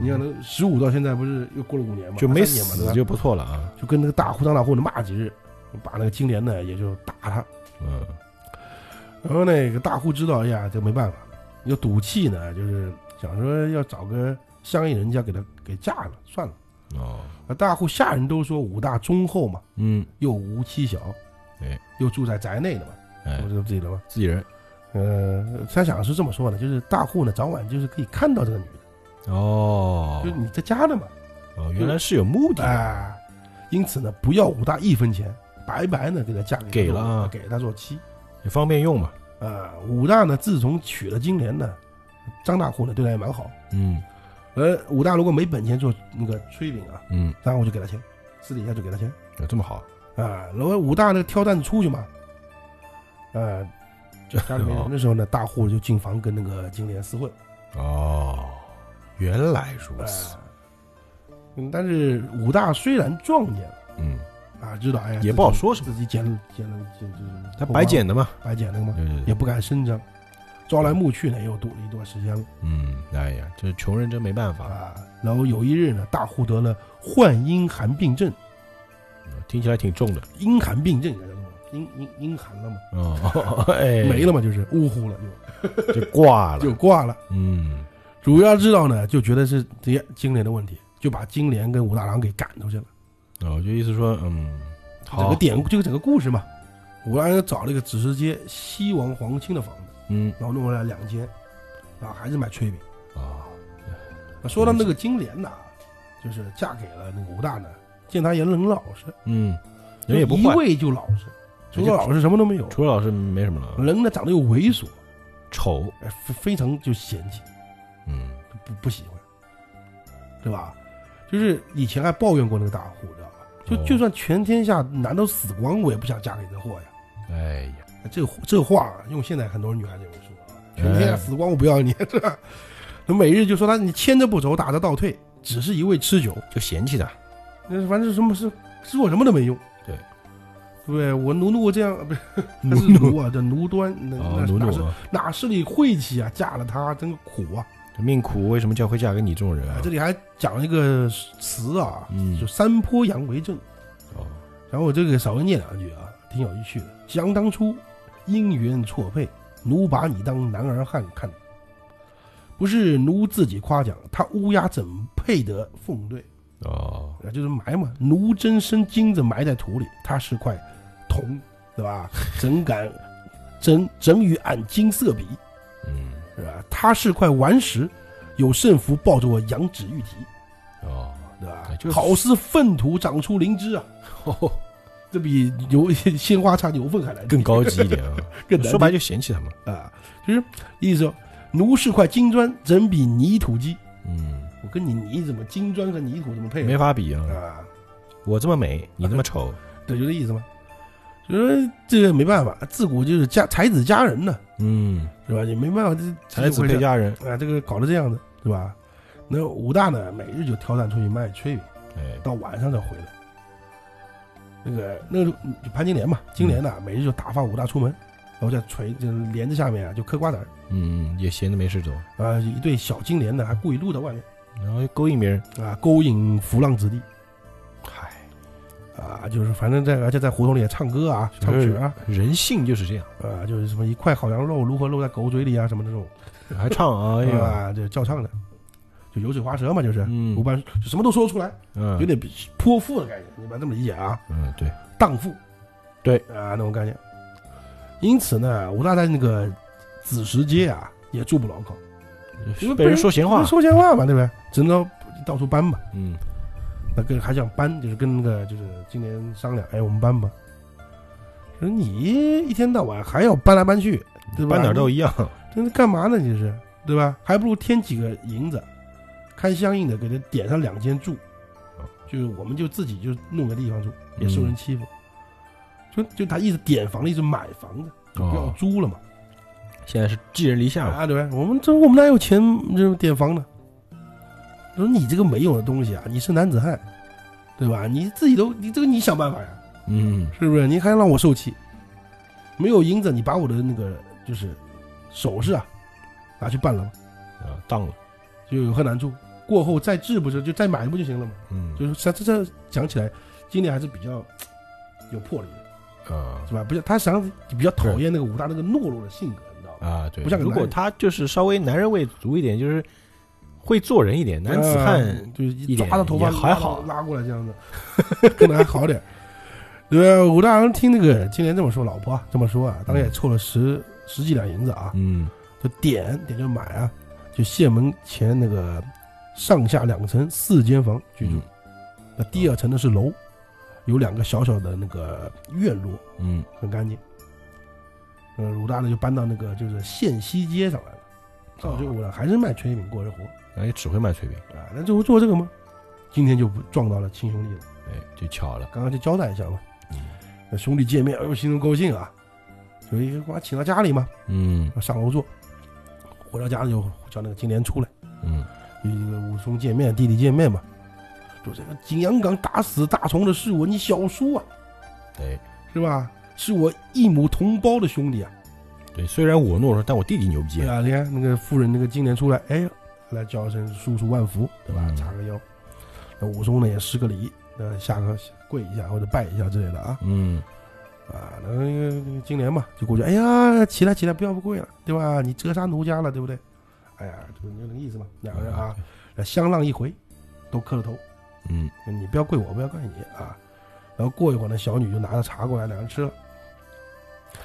Speaker 2: 你看，那十五到现在不是又过了五年嘛，
Speaker 1: 就没
Speaker 2: 八年嘛，对
Speaker 1: 死
Speaker 2: 吧
Speaker 1: 就不错了啊。
Speaker 2: 就跟那个大呼当大户的骂几日，把那个金莲呢也就打他。
Speaker 1: 嗯，
Speaker 2: 然后那个大户知道，哎呀，这没办法，要赌气呢，就是想说要找个相应人家给他给嫁了，算了。
Speaker 1: 哦，
Speaker 2: 那大户下人都说五大忠厚嘛，
Speaker 1: 嗯，
Speaker 2: 又无妻小，
Speaker 1: 哎，
Speaker 2: 又住在宅内的嘛，
Speaker 1: 哎
Speaker 2: 不，是自己的嘛。
Speaker 1: 自己人。
Speaker 2: 呃，他想是这么说的，就是大户呢，早晚就是可以看到这个女的，
Speaker 1: 哦哎
Speaker 2: 就是，你在家的嘛，
Speaker 1: 哦，原来是有目的的。
Speaker 2: 啊，因此呢，不要武大一分钱，白白呢给他嫁
Speaker 1: 给
Speaker 2: 他
Speaker 1: 了
Speaker 2: 做
Speaker 1: 啊
Speaker 2: 给他做妻。
Speaker 1: 也方便用嘛。
Speaker 2: 啊，武大呢，自从娶了金莲呢，张大户呢对他也蛮好。
Speaker 1: 嗯
Speaker 2: 呃，武大如果没本钱做那个炊饼啊，
Speaker 1: 嗯，
Speaker 2: 然后我就给他钱，私底下就给他钱
Speaker 1: 有这么好？
Speaker 2: 啊。然后武大那个挑担子出去嘛，啊，就家
Speaker 1: 哎
Speaker 2: 里面人的时候呢，大户就进房跟那个金莲厮混
Speaker 1: 哦，原来如
Speaker 2: 啊
Speaker 1: 此。。
Speaker 2: 嗯，但是武大虽然撞见了
Speaker 1: 嗯，
Speaker 2: 啊，知道哎呀，
Speaker 1: 也
Speaker 2: 自己
Speaker 1: 不好说什么，
Speaker 2: 自己捡了捡了捡就是
Speaker 1: 他白捡的嘛。
Speaker 2: 白捡那个嘛，
Speaker 1: 对对
Speaker 2: 也
Speaker 1: 对。
Speaker 2: 不敢声张，招来暮去呢，又躲了一段时间了
Speaker 1: 嗯，哎呀，这穷人真没办法，
Speaker 2: 啊。然后有一日呢，大户得了患阴寒病症，
Speaker 1: 听起来挺重的。
Speaker 2: 阴寒病症应该叫做阴阴阴寒了嘛，
Speaker 1: 哦， 哎，
Speaker 2: 没了嘛，就是呜呼了
Speaker 1: 就挂
Speaker 2: 就就
Speaker 1: 了。
Speaker 2: 挂了。
Speaker 1: 嗯，
Speaker 2: 主要知道呢，就觉得是这些金莲的问题，就把金莲跟武大郎给赶出去了。
Speaker 1: 哦，就意思说，嗯，
Speaker 2: 整
Speaker 1: 好
Speaker 2: 个，典故，这个整个故事嘛，武大郎又找了一个紫石街西王皇亲的房子，
Speaker 1: 嗯
Speaker 2: 然后弄回来两间，然后还是卖炊饼。
Speaker 1: 啊，
Speaker 2: 那说到那个金莲呐，就是嫁给了那个武大呢，见他也人老实，
Speaker 1: 嗯，人也不坏
Speaker 2: 一，味就老实，除
Speaker 1: 人
Speaker 2: 了
Speaker 1: 家
Speaker 2: 老实什么都没有。
Speaker 1: 除了老师没什么了，
Speaker 2: 人呢长得又猥琐，
Speaker 1: 丑，
Speaker 2: 哎非非常就嫌弃，
Speaker 1: 嗯，
Speaker 2: 不不喜欢，对吧？就是以前还抱怨过那个大户，知道吧？就
Speaker 1: 哦
Speaker 2: 就算全天下男都死光，我也不想嫁给这货呀。
Speaker 1: 哎呀，
Speaker 2: 这这话啊用现在很多女孩子也会说啊，全天下
Speaker 1: 哎
Speaker 2: 死光我不要你， 是吧？那每日就说他你牵着不走，打着倒退，只是一味吃酒，
Speaker 1: 就嫌弃他，
Speaker 2: 那反正什么是做什么都没用。
Speaker 1: 对，
Speaker 2: 对不对？我奴奴这样不是还是奴啊，这奴端那
Speaker 1: 哦
Speaker 2: 那，
Speaker 1: 奴
Speaker 2: 哪
Speaker 1: 奴
Speaker 2: 是
Speaker 1: 啊，
Speaker 2: 哪是你晦气啊？嫁了他真苦啊！
Speaker 1: 命苦，为什么叫会嫁给你这种人
Speaker 2: 啊
Speaker 1: 啊
Speaker 2: 这？里还讲了一个词啊，
Speaker 1: 嗯
Speaker 2: 就山坡阳为证。
Speaker 1: 哦，
Speaker 2: 然后我这个稍微念两句啊，挺有趣的。想当初，因缘错配，奴把你当男儿汉看，不是奴自己夸奖，他乌鸦怎配得凤队？
Speaker 1: 哦，
Speaker 2: 啊，就是埋嘛，奴真生金子埋在土里，它是块铜，对吧？怎敢怎怎与俺金色比，
Speaker 1: 嗯，
Speaker 2: 是吧？它是块顽石，有胜负抱着我仰止欲啼，
Speaker 1: 哦，
Speaker 2: 对吧
Speaker 1: 哎？就是
Speaker 2: 好似粪土长出灵芝啊，这比牛 鲜花插牛粪还难
Speaker 1: 更
Speaker 2: 听，
Speaker 1: 高级一点啊。
Speaker 2: 更难
Speaker 1: 说白就嫌弃他们。
Speaker 2: 听啊！就是意思说，奴是块金砖，怎比泥土鸡？
Speaker 1: 嗯，
Speaker 2: 我跟你泥怎么金砖和泥土怎么配
Speaker 1: 没
Speaker 2: 啊？
Speaker 1: 法比啊！
Speaker 2: 啊，
Speaker 1: 我这么美，你那么丑。
Speaker 2: 对，就这意思嘛。就说这个没办法，自古就是家才子佳人呢，
Speaker 1: 嗯，
Speaker 2: 是吧？也没办法，这
Speaker 1: 才子配佳人。
Speaker 2: 这啊，这个搞得这样子，是吧？那武大呢，每日就挑担出去卖炊饼，
Speaker 1: 哎，
Speaker 2: 到晚上再回来。那个那个就潘金莲嘛，金莲呢、
Speaker 1: 嗯
Speaker 2: 每日就打发武大出门，然后在垂就是帘子下面啊就嗑瓜子儿，
Speaker 1: 嗯，也闲的没事做，
Speaker 2: 啊，一对小金莲呢还故意露在外面
Speaker 1: 然后勾引别人。
Speaker 2: 啊，勾引浮浪子弟
Speaker 1: 嗨，
Speaker 2: 啊，就是反正在而且在胡同里也唱歌啊，唱曲啊，
Speaker 1: 人性就是这样，
Speaker 2: 啊，就是什么一块好羊肉如何漏在狗嘴里啊，什么这种。
Speaker 1: 还唱 啊？哎呀，
Speaker 2: 啊，这叫唱的，就油嘴滑舌嘛，就是
Speaker 1: 嗯
Speaker 2: 鲁班就什么都说得出来，
Speaker 1: 嗯，
Speaker 2: 有点比泼妇的概念，你把这么理解啊，
Speaker 1: 嗯，对，
Speaker 2: 荡妇，
Speaker 1: 对
Speaker 2: 啊那种概念。因此呢，武大在那个子时街啊也住不牢靠，因为
Speaker 1: 呃被人说闲话
Speaker 2: 那。说闲话嘛，对不对？只能到处搬嘛，
Speaker 1: 嗯，
Speaker 2: 那跟还想搬，就是跟那个就是今年商量，哎，我们搬吧。说你一天到晚还要搬来搬去，对吧？
Speaker 1: 搬哪儿都一样。
Speaker 2: 那干嘛呢？你这是对吧？还不如添几个银子，看相应的给他点上两间住
Speaker 1: 哦，
Speaker 2: 就是我们就自己就弄个地方住，也受
Speaker 1: 嗯
Speaker 2: 人欺负。就就他一直点房的，一直买房子，就不要
Speaker 1: 哦，
Speaker 2: 租了嘛。
Speaker 1: 现在是寄人篱下嘛。
Speaker 2: 啊，对吧？我们这我们哪有钱这点房呢？说你这个没用的东西啊，你是男子汉，对吧？你自己都你这个你想办法呀，
Speaker 1: 嗯，
Speaker 2: 是不是？你还让我受气？没有银子，你把我的那个就是首饰啊拿去办了吧。
Speaker 1: 啊，当了。
Speaker 2: 就有很难住。过后再治不是就再买不就行了嘛？
Speaker 1: 嗯，
Speaker 2: 就是这这这讲起来，金莲还是比较有魄力的，
Speaker 1: 啊
Speaker 2: 是吧？不是，他实际上比较讨厌那个武大那个懦弱的性格，你知道吧？
Speaker 1: 啊，对。
Speaker 2: 不像个
Speaker 1: 如果
Speaker 2: 男人
Speaker 1: 他就是稍微男人味足一点，就是会做人一点，男子汉
Speaker 2: 嗯就是一
Speaker 1: 一点
Speaker 2: 抓着头发
Speaker 1: 也还
Speaker 2: 拉
Speaker 1: 好
Speaker 2: 拉过来这样子，可能还好点。对啊吧？武大郎听那个金莲这么说，老婆啊这么说啊，当然也凑了十十几两银子啊，
Speaker 1: 嗯，
Speaker 2: 就点点就买啊，就县门前那个上下两层四间房居
Speaker 1: 嗯
Speaker 2: 住。那第二层呢是楼，有两个小小的那个院落，
Speaker 1: 嗯，
Speaker 2: 很干净。呃，鲁大呢就搬到那个就是县西街上来了，造
Speaker 1: 哦
Speaker 2: 就我了，还是卖炊饼过日活
Speaker 1: 嗯，哎，啊只会卖炊饼，
Speaker 2: 啊。那就做这个吗？今天就不撞到了亲兄弟了，
Speaker 1: 哎，就巧了。
Speaker 2: 刚刚就交代一下嘛
Speaker 1: 嗯。
Speaker 2: 那兄弟见面，哎呦，心中高兴啊，所以把他请到家里嘛，
Speaker 1: 嗯
Speaker 2: 上楼坐。回到家里就叫那个金莲出来，
Speaker 1: 嗯，
Speaker 2: 与这个武松见面，弟弟见面嘛。说这个景阳冈打死大虫的是我，你小叔啊，
Speaker 1: 哎，
Speaker 2: 是吧？是我一母同胞的兄弟啊！
Speaker 1: 对，虽然我懦弱，但我弟弟牛逼
Speaker 2: 对
Speaker 1: 啊。
Speaker 2: 啊，你看那个妇人那个金莲出来，哎，来叫一声叔叔万福，对吧？
Speaker 1: 嗯
Speaker 2: 叉个腰，那武松呢也施个礼，呃，下个跪一下或者拜一下之类的啊
Speaker 1: 嗯，
Speaker 2: 啊！那个那个金莲嘛就过去，哎呀，起来起来，不要不跪了，对吧？你折杀奴家了，对不对？哎呀，就就那个意思嘛，两个人啊，相让一回，都磕了头，
Speaker 1: 嗯，
Speaker 2: 你不要跪我，我不要跪你啊。然后过一会儿呢，小女就拿着茶过来，两人吃了。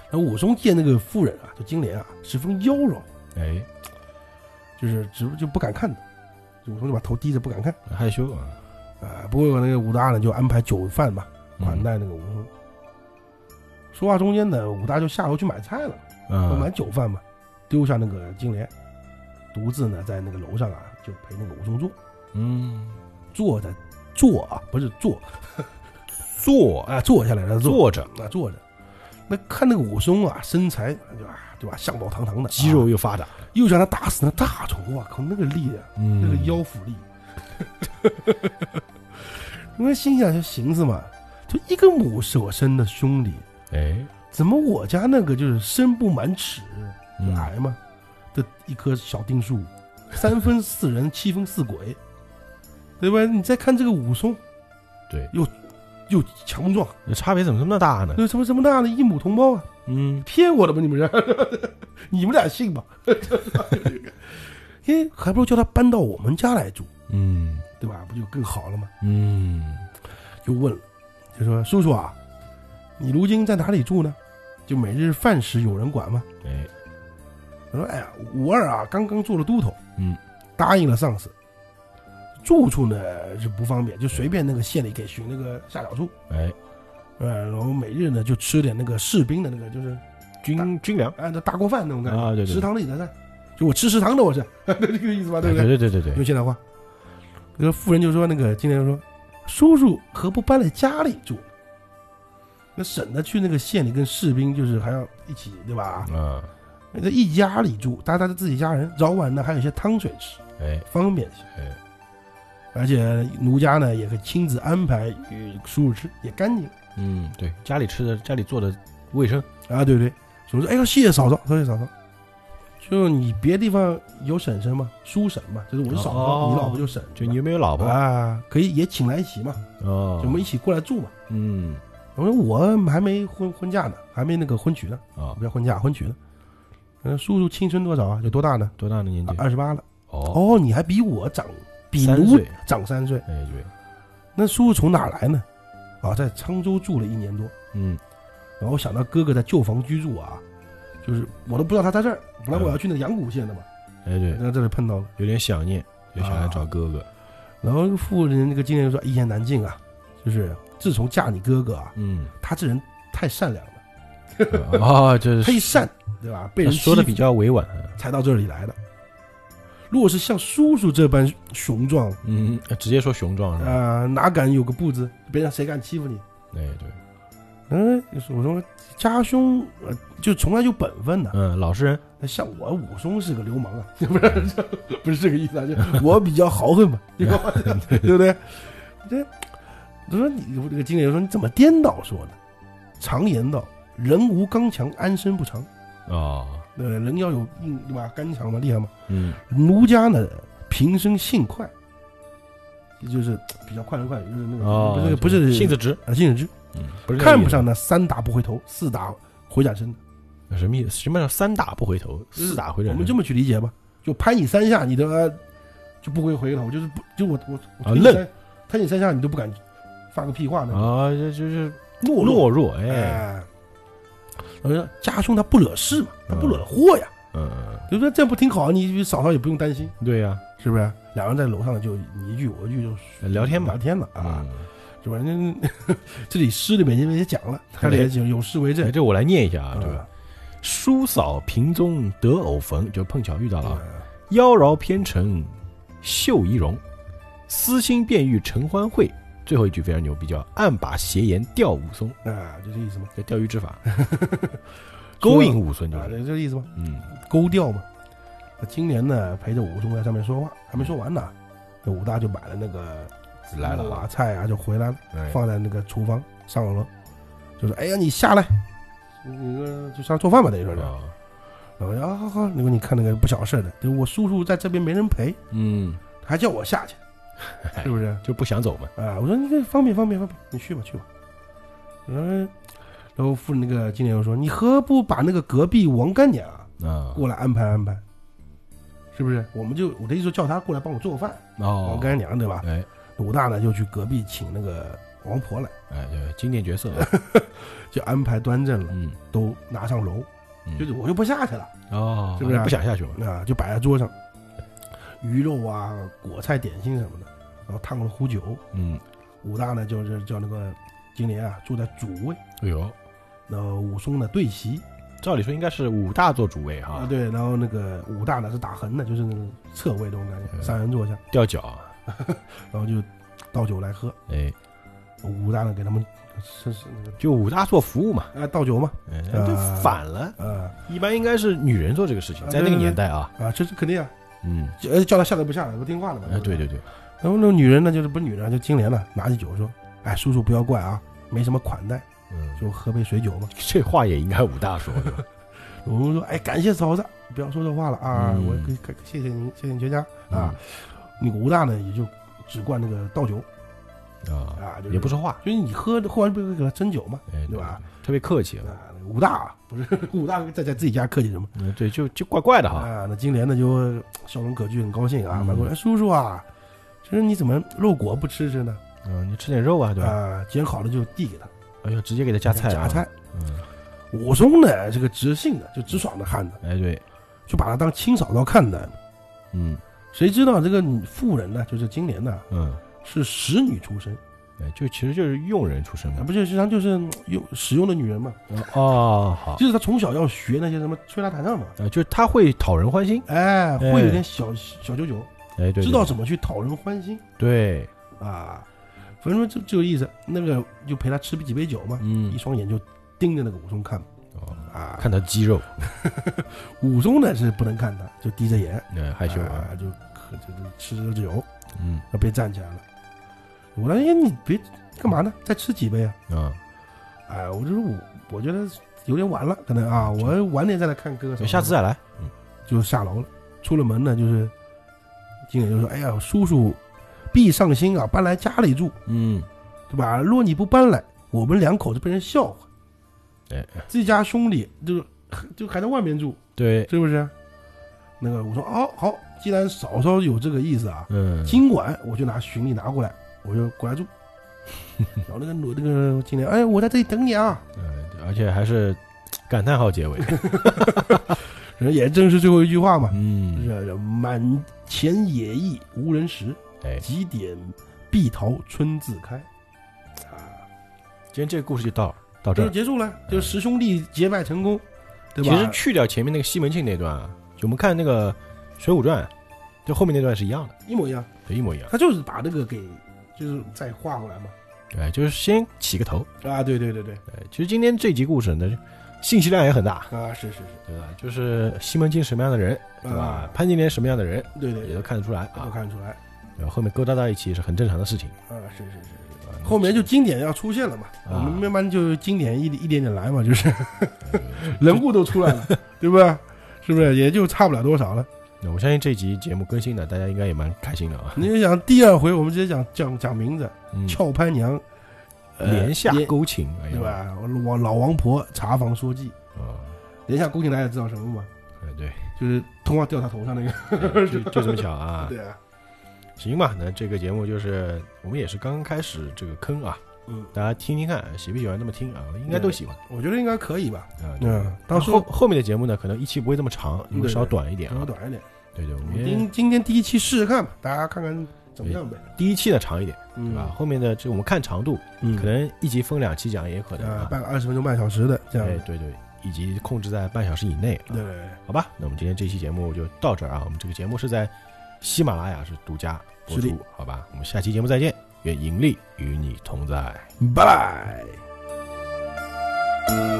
Speaker 2: 然后武松见那个妇人啊，就金莲啊，十分妖娆，
Speaker 1: 哎，
Speaker 2: 就是直就不敢看的。就武松就把头低着不敢看
Speaker 1: 害羞啊，
Speaker 2: 啊。不过那个武大呢，就安排酒饭嘛，
Speaker 1: 嗯
Speaker 2: 款待那个武松。说话中间呢，武大就下楼去买菜了，要
Speaker 1: 啊
Speaker 2: 买，酒饭嘛，丢下那个金莲，独自呢在那个楼上啊，就陪那个武松坐
Speaker 1: 嗯，
Speaker 2: 坐着坐啊，不是坐
Speaker 1: 坐哎
Speaker 2: 啊，坐下来了
Speaker 1: 坐着，
Speaker 2: 那坐着，那看那个武松啊，身材对吧，对吧，相貌堂堂的，
Speaker 1: 肌肉又发达，
Speaker 2: 啊又让他打死那大虫，我靠，那个力啊，
Speaker 1: 嗯，
Speaker 2: 那个腰腹力，因为心想就寻思嘛，就一个母舍生的兄弟，
Speaker 1: 哎，
Speaker 2: 怎么我家那个就是生不满尺，就
Speaker 1: 嗯
Speaker 2: 癌嘛，的一棵小丁树，三分似人，七分似鬼，对吧？你再看这个武松
Speaker 1: 对，嗯
Speaker 2: 又强壮，
Speaker 1: 那差别怎么这么大呢？
Speaker 2: 有什么什么大的异母同胞啊？
Speaker 1: 嗯，
Speaker 2: 骗我的吗？你们这， 你们 俩信吧？ 因为还不如叫他搬到我们家来住，
Speaker 1: 嗯，
Speaker 2: 对吧？不就更好了吗？
Speaker 1: 嗯，
Speaker 2: 就问了，就说叔叔啊，你如今在哪里住呢？就每日饭食有人管吗？
Speaker 1: 哎，
Speaker 2: 他说：“哎呀，五二啊，刚刚做了都头，
Speaker 1: 嗯，
Speaker 2: 答应了上司。住处呢是不方便，就随便那个县里给寻那个下脚处，
Speaker 1: 哎，
Speaker 2: 呃，然后每日呢就吃点那个士兵的那个，就是
Speaker 1: 军军粮，
Speaker 2: 按照大锅饭那种感觉
Speaker 1: 啊对对对
Speaker 2: 食堂里的饭，就我吃食堂的，我是 这个意思吧，对不对？
Speaker 1: 对对对对
Speaker 2: 用现代话，那个妇人就说：“那个今天说，叔叔何不搬来家里住？那省得去那个县里跟士兵就是还要一起，对吧？
Speaker 1: 对，啊，
Speaker 2: 这一家里住，大家都自己家人，早晚呢还有一些汤水吃，
Speaker 1: 哎，
Speaker 2: 方便些。
Speaker 1: 哎，
Speaker 2: 而且奴家呢也可以亲自安排与叔叔吃，也干净
Speaker 1: 嗯，对，家里吃的，家里做的卫生，
Speaker 2: 啊，对不对？叔叔说，哎呦，谢谢嫂嫂，谢谢嫂嫂。就你别地方有婶婶嘛，叔婶嘛，就是我是嫂嫂，
Speaker 1: 哦
Speaker 2: 你老婆就婶，
Speaker 1: 就你有没有老婆？
Speaker 2: 啊，可以也请来一起嘛，
Speaker 1: 哦
Speaker 2: 就我们一起过来住嘛。
Speaker 1: 嗯，
Speaker 2: 我说我还没婚婚嫁呢，还没那个婚娶呢，
Speaker 1: 啊
Speaker 2: 不，要婚嫁婚娶呢。嗯，叔叔亲生多少啊？有多大呢？
Speaker 1: 多大的年纪？
Speaker 2: 二十八
Speaker 1: 啊
Speaker 2: 了。
Speaker 1: 哦，
Speaker 2: 哦，你还比我长，比
Speaker 1: 三
Speaker 2: 奴
Speaker 1: 岁，
Speaker 2: 长三岁。
Speaker 1: 哎，对，
Speaker 2: 那叔叔从哪儿来呢？啊，在沧州住了一年多，
Speaker 1: 嗯，
Speaker 2: 然后想到哥哥在旧房居住啊，就是我都不知道他在这儿。本来我要去那个阳谷县的嘛，
Speaker 1: 哎，对，
Speaker 2: 在这里碰到了。
Speaker 1: 有点想念，就想来
Speaker 2: 啊
Speaker 1: 找哥哥。
Speaker 2: 然后妇人那个经理就说：“一言难尽啊，就是自从嫁你哥哥啊，
Speaker 1: 嗯，
Speaker 2: 他这人太善良了，
Speaker 1: 啊，这
Speaker 2: 忒
Speaker 1: 是
Speaker 2: 善，对吧？被人
Speaker 1: 说的比
Speaker 2: 欺
Speaker 1: 较委婉。
Speaker 2: 负才到这里来的。如果是像叔叔这般雄壮，
Speaker 1: 嗯，直接说雄壮是吧？
Speaker 2: 啊，哪敢有个不字？别人谁敢欺负你？
Speaker 1: 哎，对，
Speaker 2: 嗯，我说家兄，呃，就从来就本分的。
Speaker 1: 嗯，老实人，
Speaker 2: 那像我武松是个流氓啊， 不是不是这个意思啊， 就我比较豪横嘛，对吧嗯 对不对？这他说你我这个经理人说你怎么颠倒说呢？常言道，人无刚强，安身不长。
Speaker 1: 哦，
Speaker 2: 对不对，人要有硬对吧？刚强嘛，厉害嘛。
Speaker 1: 嗯，
Speaker 2: 奴家呢，平生性快，就是比较快人快语，就是那个、
Speaker 1: 哦
Speaker 2: 不，是不是
Speaker 1: 性子直，
Speaker 2: 啊，性子直。
Speaker 1: 嗯，不是
Speaker 2: 看不上那三打不回头，四打回转身。
Speaker 1: 什么意思？什么叫三打不回头，四打回头？
Speaker 2: 我们这么去理解吧，就拍你三下，你都呃就不会回头，就是不就我我我
Speaker 1: 啊
Speaker 2: 推你
Speaker 1: 愣
Speaker 2: 三推你三下，你都不敢发个屁话那种
Speaker 1: 啊，这就是
Speaker 2: 懦弱
Speaker 1: 懦弱，哎，
Speaker 2: 哎。我说家兄他不惹事嘛，他不惹祸呀，
Speaker 1: 嗯嗯，
Speaker 2: 对不对？这样不挺好？你嫂嫂也不用担心，
Speaker 1: 嗯对呀，
Speaker 2: 是不是？两人在楼上就你一句我一句就
Speaker 1: 聊天嘛
Speaker 2: 聊天了啊，
Speaker 1: 嗯，
Speaker 2: 是吧？那 这里诗里面因为也讲了，他里也有有诗为
Speaker 1: 哎，
Speaker 2: 证，
Speaker 1: 这我来念一下啊，
Speaker 2: 对
Speaker 1: 这个
Speaker 2: 吧？
Speaker 1: 叔嫂瓶中得偶逢，就碰巧遇到了啊。
Speaker 2: 嗯
Speaker 1: 妖娆偏城秀仪容，私心便欲承欢会。最后一句非常牛逼，叫暗把邪言吊武松，
Speaker 2: 啊，就这意思嘛，
Speaker 1: 叫钓鱼执 法，勾引武松就
Speaker 2: 啊，
Speaker 1: 是。
Speaker 2: 就这意思嘛。
Speaker 1: 嗯，
Speaker 2: 勾调嘛。那今年呢，陪着武松在上面说话，还没说完呢，这武大就买了那个
Speaker 1: 嗯来了
Speaker 2: 瓦
Speaker 1: 啊，
Speaker 2: 菜啊，就回来了，
Speaker 1: 哎
Speaker 2: 放在那个厨房上了楼，就说：“哎呀，你下来，你个就上做饭吧，等于说是。
Speaker 1: 啊，”
Speaker 2: 然后说：“啊，好好，你说你看那个不小事的，对我叔叔在这边没人陪，
Speaker 1: 嗯，
Speaker 2: 还叫我下 去，是不是？”
Speaker 1: 就不想走嘛。
Speaker 2: 啊，我说你这方便方便方便，你去吧去吧。嗯，然后夫人那个经理又说：“你何不把那个隔壁王干娘啊
Speaker 1: 啊，
Speaker 2: 过来安排安排，是不是？我们就我的意思说叫他过来帮我做个饭，王
Speaker 1: 哦，
Speaker 2: 干娘对吧？
Speaker 1: 哎
Speaker 2: 武大呢就去隔壁请那个王婆来，
Speaker 1: 哎，对，经典角 色啊，
Speaker 2: 就安排端正了，
Speaker 1: 嗯，
Speaker 2: 都拿上楼，
Speaker 1: 嗯
Speaker 2: 就是我就不下去了
Speaker 1: 哦，
Speaker 2: 是不是
Speaker 1: 不想下去嘛？
Speaker 2: 啊，就摆在桌上，鱼肉啊、果菜、点心什么的，然后烫了壶酒。
Speaker 1: 嗯，
Speaker 2: 武大呢就是叫那个金莲啊坐在主位，
Speaker 1: 哎呦，
Speaker 2: 那武松呢对席
Speaker 1: 照理说应该是武大做主位
Speaker 2: 啊
Speaker 1: 哈，
Speaker 2: 对，然后那个武大呢是打横的，就是那个侧位这种感觉，
Speaker 1: 嗯
Speaker 2: 三人坐下，
Speaker 1: 吊脚啊，
Speaker 2: 然后就倒酒来喝。
Speaker 1: 哎，
Speaker 2: 武大呢给他们是是那个
Speaker 1: 就武大做服务嘛，
Speaker 2: 啊倒酒嘛，
Speaker 1: 哎，
Speaker 2: 啊
Speaker 1: 这反了。
Speaker 2: 啊
Speaker 1: 一般应该是女人做这个事情，
Speaker 2: 啊
Speaker 1: 在那个
Speaker 2: 对对
Speaker 1: 年代啊，
Speaker 2: 啊这是肯定啊，
Speaker 1: 嗯，
Speaker 2: 叫呃叫他下来不下来，不听话了嘛。
Speaker 1: 哎，对对对，
Speaker 2: 然后那女人呢就是不是女人啊，就金莲呢拿起酒说：“哎，叔叔不要怪啊，没什么款待，
Speaker 1: 嗯，
Speaker 2: 就喝杯水酒嘛。
Speaker 1: 这话也应该武大说的。
Speaker 2: 鲁荣说：“哎，感谢嫂子，不要说这话了啊，
Speaker 1: 嗯
Speaker 2: 我可以可以谢谢您，谢谢您全家啊。那个吴大呢，也就只灌那个倒酒
Speaker 1: 嗯 啊，
Speaker 2: 啊，就是
Speaker 1: 也不，说话，
Speaker 2: 就是你喝喝完不是给他斟酒嘛，
Speaker 1: 哎
Speaker 2: 对吧？？
Speaker 1: 特别客气
Speaker 2: 啊，，那个武大啊不是 武大在在自己家客气什么
Speaker 1: 嗯对，就就怪怪的哈。
Speaker 2: 啊？那金莲呢就笑容可掬，很高兴啊，
Speaker 1: 嗯
Speaker 2: 反过来，叔叔啊，其实你怎么肉果不吃吃呢？
Speaker 1: 嗯，你吃点肉啊，对吧？
Speaker 2: 啊，煎好了就递给他
Speaker 1: 哎呦，直接给他加菜啊，
Speaker 2: 夹菜。
Speaker 1: 嗯，
Speaker 2: 武松呢是个直性的，就直爽的汉子，
Speaker 1: 哎对，
Speaker 2: 就把他当亲嫂嫂看待。
Speaker 1: 嗯
Speaker 2: 谁知道这个女妇人呢，就是金莲呢，
Speaker 1: 嗯，
Speaker 2: 是使女出身，
Speaker 1: 哎，就其实就是佣人出身
Speaker 2: 啊，
Speaker 1: 的。
Speaker 2: 不就是实际上就是嗯用使用的女人嘛，
Speaker 1: 哦，好，
Speaker 2: 就是她从小要学那些什么吹拉弹唱嘛，
Speaker 1: 呃，就是他会讨人欢心，
Speaker 2: 哎，
Speaker 1: 哎
Speaker 2: 会有点小小九九，
Speaker 1: 哎，对，
Speaker 2: 知道
Speaker 1: 对
Speaker 2: 怎么去讨人欢心
Speaker 1: 对，
Speaker 2: 啊。反正就就有意思，那个就陪她吃几杯酒嘛，一
Speaker 1: 嗯，
Speaker 2: 双眼就盯着那个武松看
Speaker 1: 哦
Speaker 2: 啊。
Speaker 1: 看他肌肉，
Speaker 2: 武松呢是不能看他，就低着眼，
Speaker 1: 哎，害羞啊，
Speaker 2: 啊，就可就就吃着酒，
Speaker 1: 嗯
Speaker 2: 要别站起来了。我说：“哎，你别干嘛呢？再吃几杯啊
Speaker 1: 啊，？”
Speaker 2: 哎，我就说我我觉得有点晚了，可能啊，我晚点再来看哥哥什么的。
Speaker 1: 下次再来，嗯
Speaker 2: 就下楼了。出了门呢，就是经理就说：“哎呀，叔叔必上心啊，搬来家里住，
Speaker 1: 嗯，
Speaker 2: 对吧？若你不搬来，我们两口子被人笑话。
Speaker 1: 哎，
Speaker 2: 自家兄弟就是就还在外面住，
Speaker 1: 对，
Speaker 2: 是不是？”那个我说：“哦，好，既然嫂嫂有这个意思啊，
Speaker 1: 嗯，
Speaker 2: 今晚我就拿行李拿过来，我就过 来住。”然后那个奴那个经理，哎，我在这里等你啊。
Speaker 1: 嗯，而且还是感叹号结尾，
Speaker 2: 人也正是最后一句话嘛，
Speaker 1: 嗯，
Speaker 2: 是啊满前野意无人识，
Speaker 1: 哎，
Speaker 2: 几点碧桃春自开。啊，
Speaker 1: 今天这个故事就到到这
Speaker 2: 这就
Speaker 1: 儿，嗯
Speaker 2: 结束了，就十兄弟结拜成功，对吧？
Speaker 1: 其实去掉前面那个西门庆那段啊，就我们看那个《水浒传》，就后面那段是一样的，
Speaker 2: 一模一样，
Speaker 1: 对一模一样，
Speaker 2: 他就是把这个给就是再画过来嘛。
Speaker 1: 哎，就是先起个头，
Speaker 2: 啊，对对对对，
Speaker 1: 哎，其实今天这集故事呢，信息量也很大，
Speaker 2: 啊，是是是，
Speaker 1: 对吧？就是西门庆什么样的人，对吧
Speaker 2: 啊？
Speaker 1: 潘金莲什么样的人，
Speaker 2: 对对
Speaker 1: 也
Speaker 2: 对
Speaker 1: 都，看得出来
Speaker 2: 都
Speaker 1: 啊。
Speaker 2: 看得出来，
Speaker 1: 然后后面勾搭到一起是很正常的事情。
Speaker 2: 啊，是是是是，
Speaker 1: 啊
Speaker 2: 后面就经典要出现了嘛，
Speaker 1: 啊
Speaker 2: 我们慢慢就经典一一点点来嘛，就是 人物都 出来了，对吧？是不是也就差不了多少了？
Speaker 1: 那我相信这集节目更新呢，大家应该也蛮开心的啊。
Speaker 2: 你就想第二回我们直接讲讲讲名字，
Speaker 1: 嗯，
Speaker 2: 俏潘娘， 呃
Speaker 1: 莲下
Speaker 2: 莲
Speaker 1: 勾情，哎呀
Speaker 2: 对？吧？我老王婆查房说计，
Speaker 1: 啊，
Speaker 2: 连下勾结大家知道什么吗？
Speaker 1: 哎对，
Speaker 2: 就是通话掉他头上那个。
Speaker 1: 哎 就就这么巧啊。
Speaker 2: 对啊，
Speaker 1: 行吧，那这个节目就是我们也是刚刚开始这个坑啊，
Speaker 2: 嗯，
Speaker 1: 大家听听看，喜不喜欢那么听啊？应该都喜欢
Speaker 2: 我觉得应该可以吧。
Speaker 1: 啊。对
Speaker 2: 嗯，到
Speaker 1: 然
Speaker 2: 时
Speaker 1: 后
Speaker 2: 候
Speaker 1: 后面的节目呢，可能一期不会这么长，因为
Speaker 2: 对
Speaker 1: 稍
Speaker 2: 对
Speaker 1: 短一点
Speaker 2: 稍微
Speaker 1: 啊。
Speaker 2: 短一点。
Speaker 1: 对对，我
Speaker 2: 我
Speaker 1: 们
Speaker 2: 们
Speaker 1: 今
Speaker 2: 今今天第一期试试看吧，大家看看怎么样呗，
Speaker 1: 第一期呢长一点，对
Speaker 2: 嗯
Speaker 1: 吧？？后面的这我们看长度，
Speaker 2: 嗯，
Speaker 1: 哎可能一集分两期讲也可能
Speaker 2: 啊
Speaker 1: 啊，。
Speaker 2: 半个二十分钟、半小时的这样
Speaker 1: 哎，。对对，以及控制在半小时以内啊
Speaker 2: 对，对对，
Speaker 1: 好吧？那我们今天这期节目就到这儿啊。我们这个节目是在喜马拉雅是独家播
Speaker 2: 是
Speaker 1: 出
Speaker 2: 的，
Speaker 1: 好吧？我们下期节目再见，愿盈利与你同在。
Speaker 2: 拜拜。